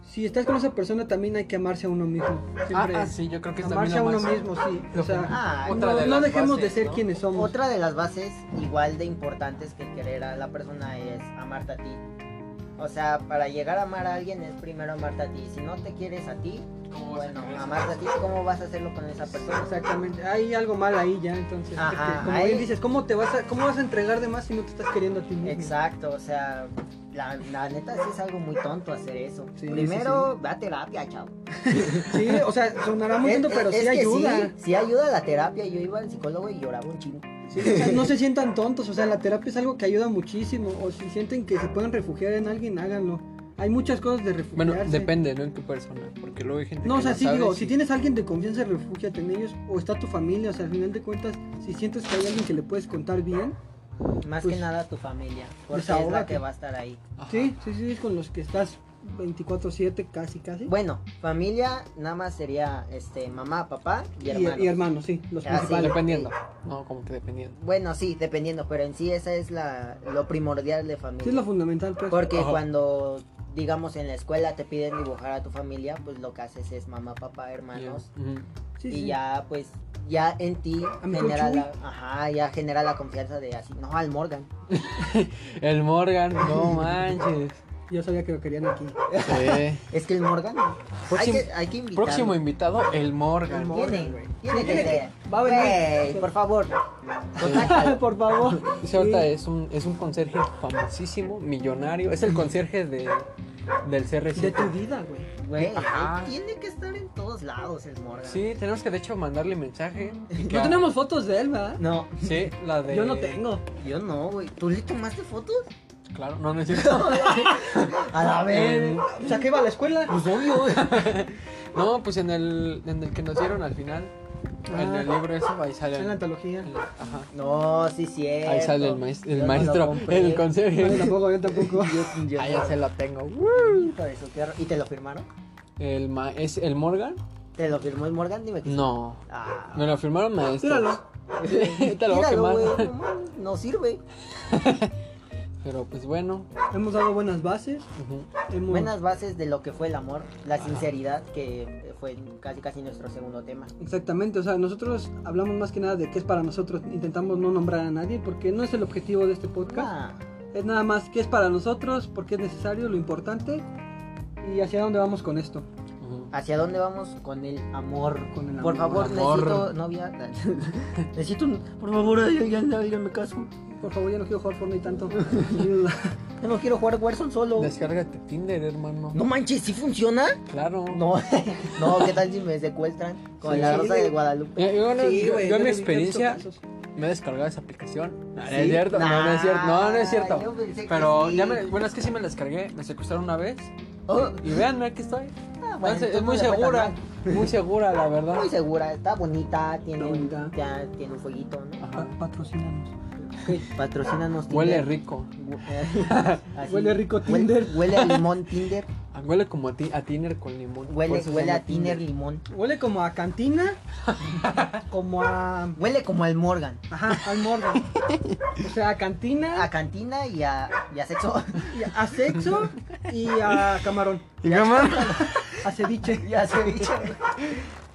[SPEAKER 2] si estás con esa persona también hay que amarse a uno mismo.
[SPEAKER 1] Ah,
[SPEAKER 2] Siempre
[SPEAKER 1] ah, sí, yo creo que es también
[SPEAKER 2] amarse
[SPEAKER 1] lo
[SPEAKER 2] a uno
[SPEAKER 1] más-
[SPEAKER 2] mismo, sí. O
[SPEAKER 1] lo-
[SPEAKER 2] sea,
[SPEAKER 3] Ah,
[SPEAKER 1] Otra
[SPEAKER 2] no,
[SPEAKER 1] de
[SPEAKER 2] no
[SPEAKER 1] las
[SPEAKER 2] dejemos de
[SPEAKER 1] bases,
[SPEAKER 2] ser
[SPEAKER 1] ¿no?
[SPEAKER 2] quienes somos.
[SPEAKER 3] Otra de las bases igual de importantes que querer a la persona es amarte a ti. O sea, para llegar a amar a alguien es primero amarte a ti. Si no te quieres a ti,
[SPEAKER 1] ¿Cómo vas a
[SPEAKER 3] bueno,
[SPEAKER 1] querer?
[SPEAKER 3] amarte a ti, ¿cómo vas a hacerlo con esa persona?
[SPEAKER 2] Exactamente, hay algo mal ahí ya, entonces.
[SPEAKER 3] Ajá,
[SPEAKER 2] porque como
[SPEAKER 3] ahí-
[SPEAKER 2] bien dices, ¿cómo te vas a, cómo vas a entregar de más si no te estás queriendo a ti mismo?
[SPEAKER 3] Exacto, o sea, la, la neta sí es algo muy tonto hacer eso.
[SPEAKER 2] Sí,
[SPEAKER 3] primero,
[SPEAKER 2] sí,
[SPEAKER 3] ve a terapia, chavo.
[SPEAKER 2] Sí, o sea, sonará muy
[SPEAKER 3] Es-
[SPEAKER 2] lindo,
[SPEAKER 3] es-
[SPEAKER 2] pero
[SPEAKER 3] es
[SPEAKER 2] sí
[SPEAKER 3] que
[SPEAKER 2] ayuda.
[SPEAKER 3] Sí, sí ayuda la terapia. Yo iba al psicólogo y lloraba un chingo.
[SPEAKER 2] Sí, o sea, no se sientan tontos, o sea, la terapia es algo que ayuda muchísimo. O si sienten que se pueden refugiar en alguien, háganlo. Hay muchas cosas de refugiarse.
[SPEAKER 1] Bueno, depende, ¿no? En qué persona. Porque luego hay gente
[SPEAKER 2] No, o
[SPEAKER 1] que
[SPEAKER 2] sea, sí
[SPEAKER 1] sabe
[SPEAKER 2] digo, si tienes alguien de confianza, refúgiate en ellos. O está tu familia, o sea, al final de cuentas, si sientes que hay alguien que le puedes contar bien,
[SPEAKER 3] Más
[SPEAKER 2] Pues,
[SPEAKER 3] que nada tu familia, porque es la
[SPEAKER 2] desahógate.
[SPEAKER 3] que va a estar ahí.
[SPEAKER 1] Ajá.
[SPEAKER 2] sí, sí, sí, es con los que estás 24-7, casi, casi.
[SPEAKER 3] Bueno, familia nada más sería este mamá, papá y
[SPEAKER 2] y,
[SPEAKER 3] hermano.
[SPEAKER 2] y hermanos, sí, los
[SPEAKER 3] Ya, sí.
[SPEAKER 2] principales.
[SPEAKER 1] Dependiendo. No, como que dependiendo.
[SPEAKER 3] Bueno, sí, dependiendo, pero en sí esa es la lo primordial de familia.
[SPEAKER 2] Sí, es lo fundamental, pues.
[SPEAKER 3] Porque
[SPEAKER 1] Ajá.
[SPEAKER 3] cuando digamos en la escuela te piden dibujar a tu familia, pues lo que haces es mamá, papá, hermanos
[SPEAKER 1] Ujú.
[SPEAKER 2] Sí,
[SPEAKER 3] y
[SPEAKER 2] sí.
[SPEAKER 3] ya pues ya en ti
[SPEAKER 2] Amigo
[SPEAKER 3] genera
[SPEAKER 2] Chuy.
[SPEAKER 3] la, ajá, ya genera la confianza de así, no al Morgan.
[SPEAKER 1] El Morgan, no manches.
[SPEAKER 2] Yo sabía que lo querían aquí.
[SPEAKER 1] Sí.
[SPEAKER 3] Es que el Morgan
[SPEAKER 1] Próximo-
[SPEAKER 3] hay que hay que invitarlo.
[SPEAKER 1] Próximo invitado, el Morgan.
[SPEAKER 2] El Morgan.
[SPEAKER 3] Tiene,
[SPEAKER 2] güey.
[SPEAKER 3] tiene
[SPEAKER 2] Sí,
[SPEAKER 3] que
[SPEAKER 2] tiene que-
[SPEAKER 3] ser.
[SPEAKER 2] va a venir.
[SPEAKER 3] Güey, por favor.
[SPEAKER 2] Por favor.
[SPEAKER 1] Ese ahorita
[SPEAKER 2] Sí.
[SPEAKER 1] es un, es un conserje famosísimo, millonario. Es el conserje de, del CR7.
[SPEAKER 2] De tu vida, güey.
[SPEAKER 3] Güey,
[SPEAKER 1] Ajá.
[SPEAKER 3] tiene que estar en todos lados el Morgan.
[SPEAKER 1] Sí, tenemos que de hecho mandarle mensaje. y que-
[SPEAKER 2] No tenemos fotos de él, ¿verdad?
[SPEAKER 3] No,
[SPEAKER 1] Sí, la de.
[SPEAKER 2] Yo no tengo.
[SPEAKER 3] yo no, güey. ¿Tú le tomaste fotos?
[SPEAKER 1] Claro, no, no es cierto.
[SPEAKER 3] A la vez.
[SPEAKER 2] O sea, que iba a la escuela.
[SPEAKER 3] Pues obvio, güey.
[SPEAKER 1] No, pues en el, en el que nos dieron al final. En
[SPEAKER 2] Ah.
[SPEAKER 1] el libro ese, ahí sale.
[SPEAKER 2] En
[SPEAKER 1] el-
[SPEAKER 2] la antología.
[SPEAKER 1] el- ajá.
[SPEAKER 3] No, sí, sí.
[SPEAKER 1] Ahí sale el, maes- el maestro, el
[SPEAKER 2] No, yo
[SPEAKER 1] conserje.
[SPEAKER 2] tampoco, yo tampoco.
[SPEAKER 1] Ah, ya se la tengo.
[SPEAKER 3] ¿Y te lo firmaron?
[SPEAKER 1] El ma ¿Es el Morgan?
[SPEAKER 3] ¿Te lo firmó el Morgan? Dime que sí.
[SPEAKER 1] No.
[SPEAKER 3] Ah.
[SPEAKER 1] Me lo firmaron maestros.
[SPEAKER 2] Tíralo.
[SPEAKER 1] Sí, te lo voy a
[SPEAKER 3] Tíralo,
[SPEAKER 1] quemar.
[SPEAKER 3] güey, no mames, No sirve.
[SPEAKER 1] Pero pues bueno.
[SPEAKER 2] Hemos dado buenas bases.
[SPEAKER 1] ujú.
[SPEAKER 2] Hemos...
[SPEAKER 3] Buenas bases de lo que fue el amor, la sinceridad, que fue casi casi nuestro segundo tema.
[SPEAKER 2] Exactamente, o sea, nosotros hablamos más que nada de qué es para nosotros. Intentamos no nombrar a nadie porque no es el objetivo de este podcast.
[SPEAKER 3] Ah,
[SPEAKER 2] Es nada más qué es para nosotros, por qué es necesario, lo importante y hacia dónde vamos con esto.
[SPEAKER 1] Ujú.
[SPEAKER 3] ¿Hacia dónde vamos con el amor?
[SPEAKER 2] Con el
[SPEAKER 3] Por
[SPEAKER 2] amor.
[SPEAKER 3] favor,
[SPEAKER 1] Amor.
[SPEAKER 3] necesito novia. necesito un... Por favor, ay, ya, ya, ya me caso.
[SPEAKER 2] Por favor, ya no quiero jugar Fortnite tanto.
[SPEAKER 3] Yo no quiero jugar Warzone solo.
[SPEAKER 1] Descárgate Tinder, hermano.
[SPEAKER 3] No manches, ¿sí funciona?
[SPEAKER 1] Claro.
[SPEAKER 3] No, no, ¿qué tal si me secuestran con
[SPEAKER 2] Sí.
[SPEAKER 3] la rosa de Guadalupe?
[SPEAKER 1] Yo, yo, no- yo- yo en mi
[SPEAKER 2] mi
[SPEAKER 1] experiencia me he descargado esa aplicación. No, no
[SPEAKER 3] ¿Sí?
[SPEAKER 1] es cierto, no, no es cierto. No, no es
[SPEAKER 3] Nah, yo
[SPEAKER 1] cierto.
[SPEAKER 3] pensé que
[SPEAKER 1] Pero
[SPEAKER 3] sí.
[SPEAKER 1] ya me. Bueno, es que sí me la descargué. Me secuestraron una vez.
[SPEAKER 3] Oh,
[SPEAKER 1] Y vean, aquí estoy.
[SPEAKER 3] ah, bueno,
[SPEAKER 1] Entonces,
[SPEAKER 3] tú
[SPEAKER 1] es muy
[SPEAKER 3] no la
[SPEAKER 1] segura.
[SPEAKER 3] cuentas
[SPEAKER 1] Muy segura, la verdad.
[SPEAKER 3] mal. Muy segura, está bonita, tiene,
[SPEAKER 2] Está bonita.
[SPEAKER 3] Ya, tiene un fueguito, ¿no?
[SPEAKER 1] Ajá.
[SPEAKER 2] Patrocínanos.
[SPEAKER 3] Patrocínanos
[SPEAKER 1] Huele
[SPEAKER 3] Tinder.
[SPEAKER 1] rico.
[SPEAKER 3] Así.
[SPEAKER 2] Huele rico
[SPEAKER 3] Huele-
[SPEAKER 2] Tinder.
[SPEAKER 3] Huele, a limón Tinder.
[SPEAKER 1] Ah, Huele como a, ti- a Tiner con limón. Por
[SPEAKER 3] Huele,
[SPEAKER 1] eso se
[SPEAKER 3] huele
[SPEAKER 1] llama
[SPEAKER 3] a Tinder limón.
[SPEAKER 2] Huele como a cantina. como a.
[SPEAKER 3] Huele como al Morgan.
[SPEAKER 2] Ajá, al Morgan. O sea, a
[SPEAKER 3] A
[SPEAKER 2] cantina,
[SPEAKER 3] cantina y a, y a sexo.
[SPEAKER 2] y a, sexo y a camarón.
[SPEAKER 1] ¿Y mamá?
[SPEAKER 2] A ceviche.
[SPEAKER 3] y a ceviche.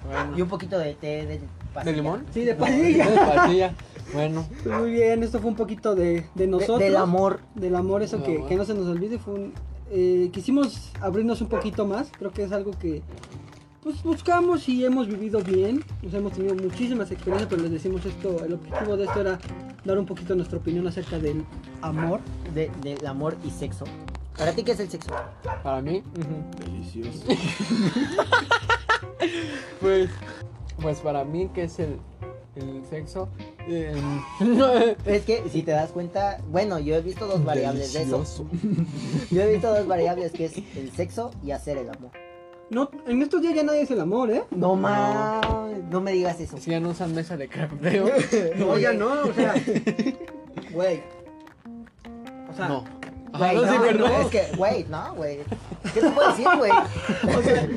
[SPEAKER 1] Bueno.
[SPEAKER 3] Y un poquito de té
[SPEAKER 1] ¿De
[SPEAKER 3] de pasilla.
[SPEAKER 1] limón?
[SPEAKER 2] Sí, de pasilla. Pues
[SPEAKER 1] De pasilla. Bueno.
[SPEAKER 2] Muy bien, esto fue un poquito de, de
[SPEAKER 3] De-
[SPEAKER 2] nosotros.
[SPEAKER 3] del amor.
[SPEAKER 2] Del amor, eso
[SPEAKER 1] Del
[SPEAKER 2] que,
[SPEAKER 1] amor.
[SPEAKER 2] que no se nos olvide. Fue un, eh, quisimos abrirnos un poquito más. Creo que es algo que pues, buscamos y hemos vivido bien. Nos hemos tenido muchísimas experiencias, pero les decimos esto. El objetivo de esto era dar un poquito nuestra opinión acerca del amor.
[SPEAKER 3] De- del amor y sexo. ¿Para ti qué es el sexo?
[SPEAKER 1] Para mí, delicioso. pues, pues para mí, que es el, el sexo? Eh,
[SPEAKER 3] Es que si te das cuenta, bueno, yo he visto dos variables
[SPEAKER 1] delicioso.
[SPEAKER 3] de eso. Yo he visto dos variables que es el sexo y hacer el amor.
[SPEAKER 2] No, en estos días ya nadie es el amor, ¿eh?
[SPEAKER 3] No mames, no me digas eso.
[SPEAKER 1] Si ya no usan mesa de crafteo.
[SPEAKER 2] No, ya no, o sea.
[SPEAKER 3] Güey,
[SPEAKER 2] O sea,
[SPEAKER 1] no. Ah,
[SPEAKER 3] güey,
[SPEAKER 1] no, sí,
[SPEAKER 3] no,
[SPEAKER 1] perdón.
[SPEAKER 3] no, es que, güey, no, güey. ¿Qué te puedo decir, güey?
[SPEAKER 2] o sea,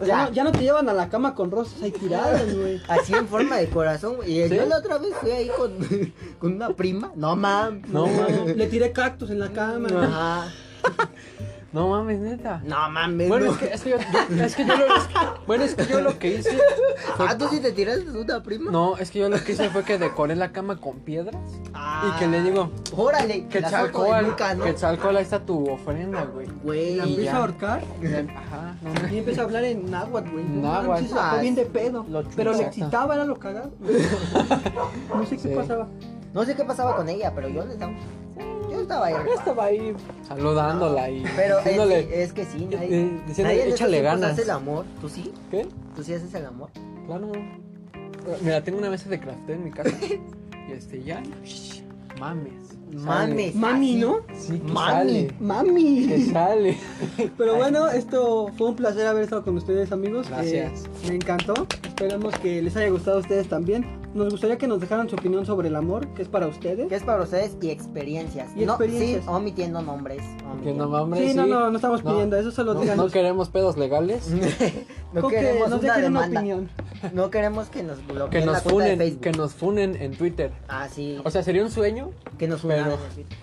[SPEAKER 2] ya.
[SPEAKER 3] Ya.
[SPEAKER 2] no, ya no te llevan a la cama con rosas ahí tiradas, güey.
[SPEAKER 3] Así en forma de corazón, güey. Y
[SPEAKER 1] ¿Sí?
[SPEAKER 3] yo la otra vez fui ahí con, con una prima. No mames.
[SPEAKER 1] No mames.
[SPEAKER 2] Le tiré cactus en la cama.
[SPEAKER 3] Ajá.
[SPEAKER 1] No mames, neta.
[SPEAKER 3] No mames.
[SPEAKER 1] Bueno,
[SPEAKER 3] no.
[SPEAKER 1] es que, es que yo, yo- es que yo lo, es que- bueno, es que yo lo que hice.
[SPEAKER 3] Ah, tú sí te tiraste una prima.
[SPEAKER 1] No, es que yo lo que hice fue que decoré la cama con piedras.
[SPEAKER 3] Ah.
[SPEAKER 1] Y que le digo,
[SPEAKER 3] Órale, que la saco de
[SPEAKER 1] Quetzalcóatl,
[SPEAKER 3] Luca, ¿no?
[SPEAKER 1] Quetzalcóatl, ahí está tu ofrenda, güey.
[SPEAKER 3] Güey,
[SPEAKER 2] La
[SPEAKER 1] Y
[SPEAKER 2] empieza
[SPEAKER 1] ya.
[SPEAKER 2] a ahorcar
[SPEAKER 1] Ajá, no, no.
[SPEAKER 2] y empieza a hablar en náhuatl, güey.
[SPEAKER 1] Náhuatl.
[SPEAKER 2] No, sí se sacó
[SPEAKER 3] Ah,
[SPEAKER 2] bien de pedo.
[SPEAKER 3] lo chupa.
[SPEAKER 2] Pero le
[SPEAKER 1] Exacto.
[SPEAKER 2] excitaba, era lo cagado. No sé qué
[SPEAKER 1] Sí.
[SPEAKER 2] pasaba.
[SPEAKER 3] No sé qué pasaba con ella, pero yo le estaba. Yo estaba ahí.
[SPEAKER 2] Yo estaba ahí.
[SPEAKER 1] Saludándola y
[SPEAKER 3] Pero es,
[SPEAKER 1] diciéndole,
[SPEAKER 3] es que sí, nadie.
[SPEAKER 1] eh, diciéndole,
[SPEAKER 3] nadie en esos
[SPEAKER 1] échale
[SPEAKER 3] tiempos
[SPEAKER 1] ganas.
[SPEAKER 3] hace el amor. ¿Tú sí?
[SPEAKER 1] ¿Qué?
[SPEAKER 3] ¿Tú sí haces el amor?
[SPEAKER 1] Claro. Mira, tengo una mesa de crafteo en mi casa. y este, ya. Mames.
[SPEAKER 3] Mames.
[SPEAKER 2] Mami,
[SPEAKER 3] así.
[SPEAKER 2] ¿no?
[SPEAKER 1] Sale. Sí, que
[SPEAKER 3] Mami.
[SPEAKER 1] sale. Que
[SPEAKER 2] Mami.
[SPEAKER 1] sale.
[SPEAKER 2] Pero bueno, esto fue un placer haber estado con ustedes, amigos.
[SPEAKER 1] Gracias.
[SPEAKER 2] Eh, me encantó. Esperemos que les haya gustado a ustedes también. Nos gustaría que nos dejaran su opinión sobre el amor, que es para ustedes.
[SPEAKER 3] ¿Qué es para ustedes? Y experiencias.
[SPEAKER 2] Y
[SPEAKER 3] No,
[SPEAKER 2] experiencias.
[SPEAKER 3] sí, omitiendo nombres. omitiendo.
[SPEAKER 1] Que no mames.
[SPEAKER 2] Sí, no, no, no estamos
[SPEAKER 1] No.
[SPEAKER 2] pidiendo eso, solo
[SPEAKER 1] No-
[SPEAKER 2] díganos.
[SPEAKER 1] no queremos pedos legales.
[SPEAKER 3] No
[SPEAKER 2] Con que
[SPEAKER 3] queremos
[SPEAKER 2] nos
[SPEAKER 3] una
[SPEAKER 2] dejen una
[SPEAKER 3] demanda.
[SPEAKER 2] opinión.
[SPEAKER 3] no queremos que nos bloqueen
[SPEAKER 1] que
[SPEAKER 3] la
[SPEAKER 1] nos
[SPEAKER 3] cuenta de
[SPEAKER 1] funen.
[SPEAKER 3] Facebook.
[SPEAKER 1] Que nos funen en Twitter.
[SPEAKER 3] Ah, sí.
[SPEAKER 1] O sea, sería un sueño,
[SPEAKER 3] que nos funen.
[SPEAKER 1] pero-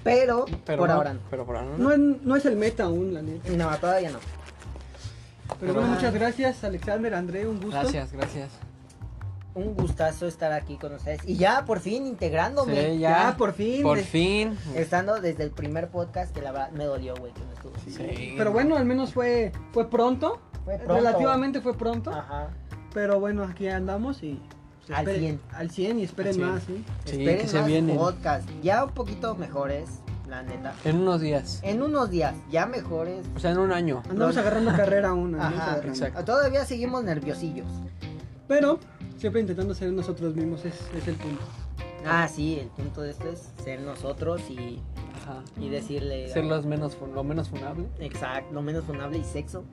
[SPEAKER 3] Pero,
[SPEAKER 1] pero
[SPEAKER 3] por
[SPEAKER 1] no,
[SPEAKER 3] ahora no.
[SPEAKER 1] Pero por ahora no.
[SPEAKER 2] No es, no es el meta aún, la neta.
[SPEAKER 3] No, todavía no.
[SPEAKER 2] Pero bueno, muchas gracias, Alexander, André, un gusto.
[SPEAKER 1] Gracias, gracias.
[SPEAKER 3] Un gustazo estar aquí con ustedes. Y ya, por fin, integrándome.
[SPEAKER 1] Sí,
[SPEAKER 2] Ya,
[SPEAKER 1] ya.
[SPEAKER 2] por fin. eh,
[SPEAKER 1] Por
[SPEAKER 2] de-
[SPEAKER 1] fin.
[SPEAKER 3] Estando desde el primer podcast, que la verdad me dolió, güey, que no estuvo.
[SPEAKER 1] Sí.
[SPEAKER 2] Pero bueno, al menos fue, fue pronto.
[SPEAKER 3] Fue pronto.
[SPEAKER 2] Relativamente fue pronto.
[SPEAKER 3] Ajá.
[SPEAKER 2] Pero bueno, aquí andamos y. pues,
[SPEAKER 3] Al
[SPEAKER 2] esperen-
[SPEAKER 3] 100.
[SPEAKER 2] Al 100 y esperen
[SPEAKER 1] Al 100.
[SPEAKER 2] más, ¿sí?
[SPEAKER 1] Sí,
[SPEAKER 3] Esperen
[SPEAKER 1] que se
[SPEAKER 3] más
[SPEAKER 1] vienen.
[SPEAKER 3] podcast. Ya un poquito mejores, la neta.
[SPEAKER 1] En unos días.
[SPEAKER 3] En unos días, ya mejores.
[SPEAKER 1] O sea, en un año.
[SPEAKER 2] Andamos
[SPEAKER 3] Los-
[SPEAKER 2] agarrando carrera aún. andamos
[SPEAKER 3] Ajá.
[SPEAKER 2] agarrando.
[SPEAKER 1] exacto.
[SPEAKER 3] Todavía seguimos nerviosillos.
[SPEAKER 2] Pero siempre intentando ser nosotros mismos, es, es el punto.
[SPEAKER 3] Ah, sí, el punto de esto es ser nosotros y,
[SPEAKER 1] Ajá.
[SPEAKER 3] y decirle.
[SPEAKER 1] Ser los menos, fun- lo menos funable.
[SPEAKER 3] Exacto, lo menos funable y sexo.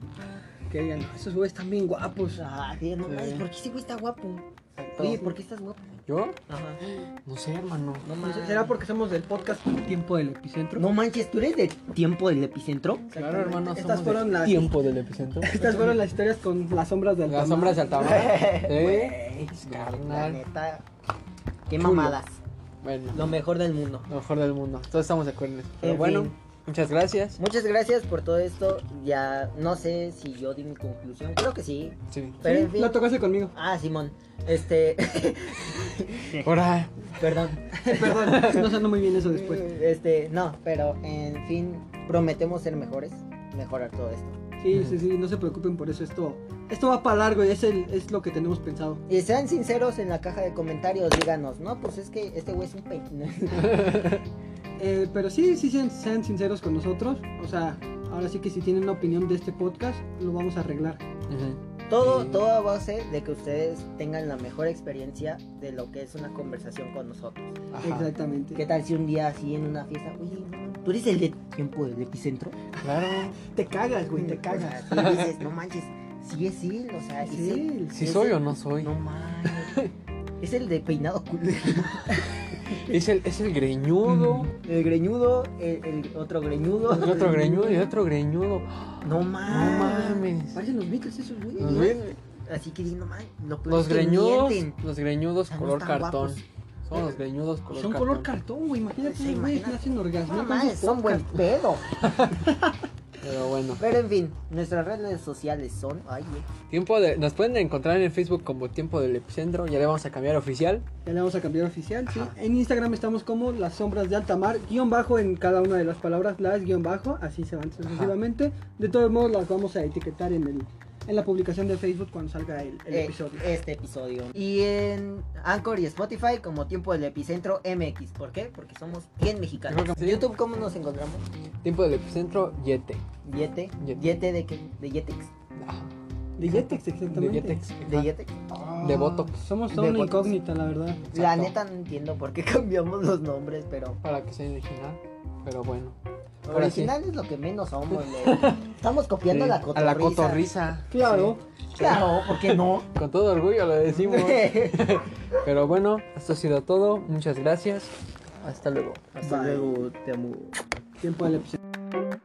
[SPEAKER 2] Que digan, "No, esos güeyes están bien guapos.
[SPEAKER 3] Ah, sí, no
[SPEAKER 1] Sí.
[SPEAKER 3] mames, ¿por qué ese güey está guapo?
[SPEAKER 1] Exacto.
[SPEAKER 3] Oye, ¿por qué estás guapo?
[SPEAKER 1] ¿Yo?
[SPEAKER 3] Ajá.
[SPEAKER 1] No sé, hermano.
[SPEAKER 2] No
[SPEAKER 3] No
[SPEAKER 2] sé,
[SPEAKER 3] mames.
[SPEAKER 2] ¿Será porque somos del podcast Tiempo del Epicentro?
[SPEAKER 3] No manches, ¿tú eres de tiempo del epicentro?
[SPEAKER 1] Claro, hermano.
[SPEAKER 2] Estas
[SPEAKER 1] somos
[SPEAKER 2] fueron
[SPEAKER 1] de
[SPEAKER 2] las-
[SPEAKER 1] Tiempo del epicentro.
[SPEAKER 2] Estas fueron las historias con las sombras del
[SPEAKER 1] Las
[SPEAKER 2] Tamar.
[SPEAKER 1] sombras de Altamar. Sí.
[SPEAKER 3] La
[SPEAKER 1] Carnal.
[SPEAKER 3] neta. Qué
[SPEAKER 1] Chulo.
[SPEAKER 3] mamadas.
[SPEAKER 1] Bueno,
[SPEAKER 3] Lo mejor del mundo.
[SPEAKER 1] lo mejor del mundo. Todos estamos de acuerdo en eso. Pero
[SPEAKER 3] En
[SPEAKER 1] bueno,
[SPEAKER 3] fin.
[SPEAKER 1] muchas gracias.
[SPEAKER 3] Muchas gracias por todo esto. Ya no sé si yo di mi conclusión. Creo que sí.
[SPEAKER 1] Sí.
[SPEAKER 3] Pero
[SPEAKER 2] Sí,
[SPEAKER 3] en fin.
[SPEAKER 2] La tocaste conmigo.
[SPEAKER 3] Ah, Simón. Este.
[SPEAKER 1] Ahora,
[SPEAKER 3] Perdón.
[SPEAKER 2] Perdón, no salió muy bien eso después.
[SPEAKER 3] Este. No, pero en fin. Prometemos ser mejores. Mejorar todo esto.
[SPEAKER 2] Sí, sí, sí, no se preocupen por eso, esto Esto va para largo y es, el, es lo que tenemos pensado.
[SPEAKER 3] Y sean sinceros en la caja de comentarios, díganos, no, pues es que este güey es un peine.
[SPEAKER 2] Eh, pero sí, sí sean, sean sinceros con nosotros. O sea, ahora sí que si tienen una opinión de este podcast, lo vamos a arreglar.
[SPEAKER 3] Todo,
[SPEAKER 1] Sí.
[SPEAKER 3] todo a base de que ustedes tengan la mejor experiencia de lo que es una conversación con nosotros.
[SPEAKER 1] Ajá.
[SPEAKER 2] Exactamente.
[SPEAKER 3] ¿Qué tal si un día así en una fiesta, oye, no, tú eres el de tiempo del epicentro?
[SPEAKER 1] Claro.
[SPEAKER 2] Te cagas, güey, te
[SPEAKER 3] O
[SPEAKER 2] cagas.
[SPEAKER 3] sea, sí dices, no manches, sí es sí, o sea, es él".
[SPEAKER 2] Sí,
[SPEAKER 1] Si
[SPEAKER 3] Es
[SPEAKER 1] soy
[SPEAKER 3] el-
[SPEAKER 1] o no soy.
[SPEAKER 3] No manches. Es el de peinado culero.
[SPEAKER 1] Es el, es el greñudo.
[SPEAKER 3] El greñudo, el, el otro greñudo.
[SPEAKER 1] El otro greñudo y otro greñudo.
[SPEAKER 3] No
[SPEAKER 1] No
[SPEAKER 3] mames.
[SPEAKER 1] mames.
[SPEAKER 2] parecen los Beatles esos, güey.
[SPEAKER 1] Los ven-
[SPEAKER 3] Así que di, no mames. Lo peor
[SPEAKER 1] Los
[SPEAKER 3] es que
[SPEAKER 1] greñudos,
[SPEAKER 3] mienten.
[SPEAKER 1] los greñudos
[SPEAKER 3] O sea, no
[SPEAKER 1] color
[SPEAKER 3] están
[SPEAKER 1] cartón.
[SPEAKER 3] guapos.
[SPEAKER 1] Son los greñudos color
[SPEAKER 2] Son
[SPEAKER 1] cartón.
[SPEAKER 2] color cartón, güey. Imagínate,
[SPEAKER 3] Sí,
[SPEAKER 2] esos güeyes
[SPEAKER 3] imagínate.
[SPEAKER 2] nacen orgasmo.
[SPEAKER 3] No mames, son buen pedo.
[SPEAKER 1] Pero bueno,
[SPEAKER 3] Pero en fin, nuestras redes sociales son. Ay, güey.
[SPEAKER 1] tiempo de nos pueden encontrar en Facebook como Tiempo del Epicentro, ya le vamos a cambiar oficial.
[SPEAKER 2] Ya le vamos a cambiar oficial, sí. En Instagram estamos como las sombras de Altamar, guión bajo en cada una de las palabras, las guión bajo, así se van sucesivamente. De todos modos las vamos a etiquetar en el en la publicación de Facebook cuando salga el, el
[SPEAKER 3] Eh,
[SPEAKER 2] episodio.
[SPEAKER 3] Este episodio. Y en Anchor y Spotify como Tiempo del Epicentro MX. ¿Por qué? Porque somos bien mexicanos.
[SPEAKER 1] Creo que- sí.
[SPEAKER 3] YouTube, ¿cómo nos encontramos?
[SPEAKER 1] Tiempo del Epicentro Yete.
[SPEAKER 3] Yete.
[SPEAKER 1] Yete.
[SPEAKER 3] Yete de qué? De Yetex.
[SPEAKER 1] Ah,
[SPEAKER 2] De Yetex, exactamente.
[SPEAKER 1] De Yetex.
[SPEAKER 3] De
[SPEAKER 1] ajá.
[SPEAKER 3] Yetex.
[SPEAKER 2] Ah,
[SPEAKER 1] De Botox.
[SPEAKER 2] Somos
[SPEAKER 3] De
[SPEAKER 2] toda una
[SPEAKER 3] Botox.
[SPEAKER 2] incógnita, la verdad.
[SPEAKER 3] La
[SPEAKER 1] Exacto.
[SPEAKER 3] neta no entiendo por qué cambiamos los nombres, pero.
[SPEAKER 1] Para que sea original, pero bueno. Ahora
[SPEAKER 3] Original es lo que menos somos, le- Estamos copiando
[SPEAKER 1] Sí,
[SPEAKER 3] la cotorriza.
[SPEAKER 1] a la cotorriza.
[SPEAKER 2] Claro.
[SPEAKER 3] Claro, ¿por qué no?
[SPEAKER 1] Sí, Con todo orgullo lo decimos. Pero bueno, esto ha sido todo. Muchas gracias. Hasta luego.
[SPEAKER 3] Hasta
[SPEAKER 2] Bye.
[SPEAKER 3] luego, te amo.
[SPEAKER 2] Tiempo del episodio.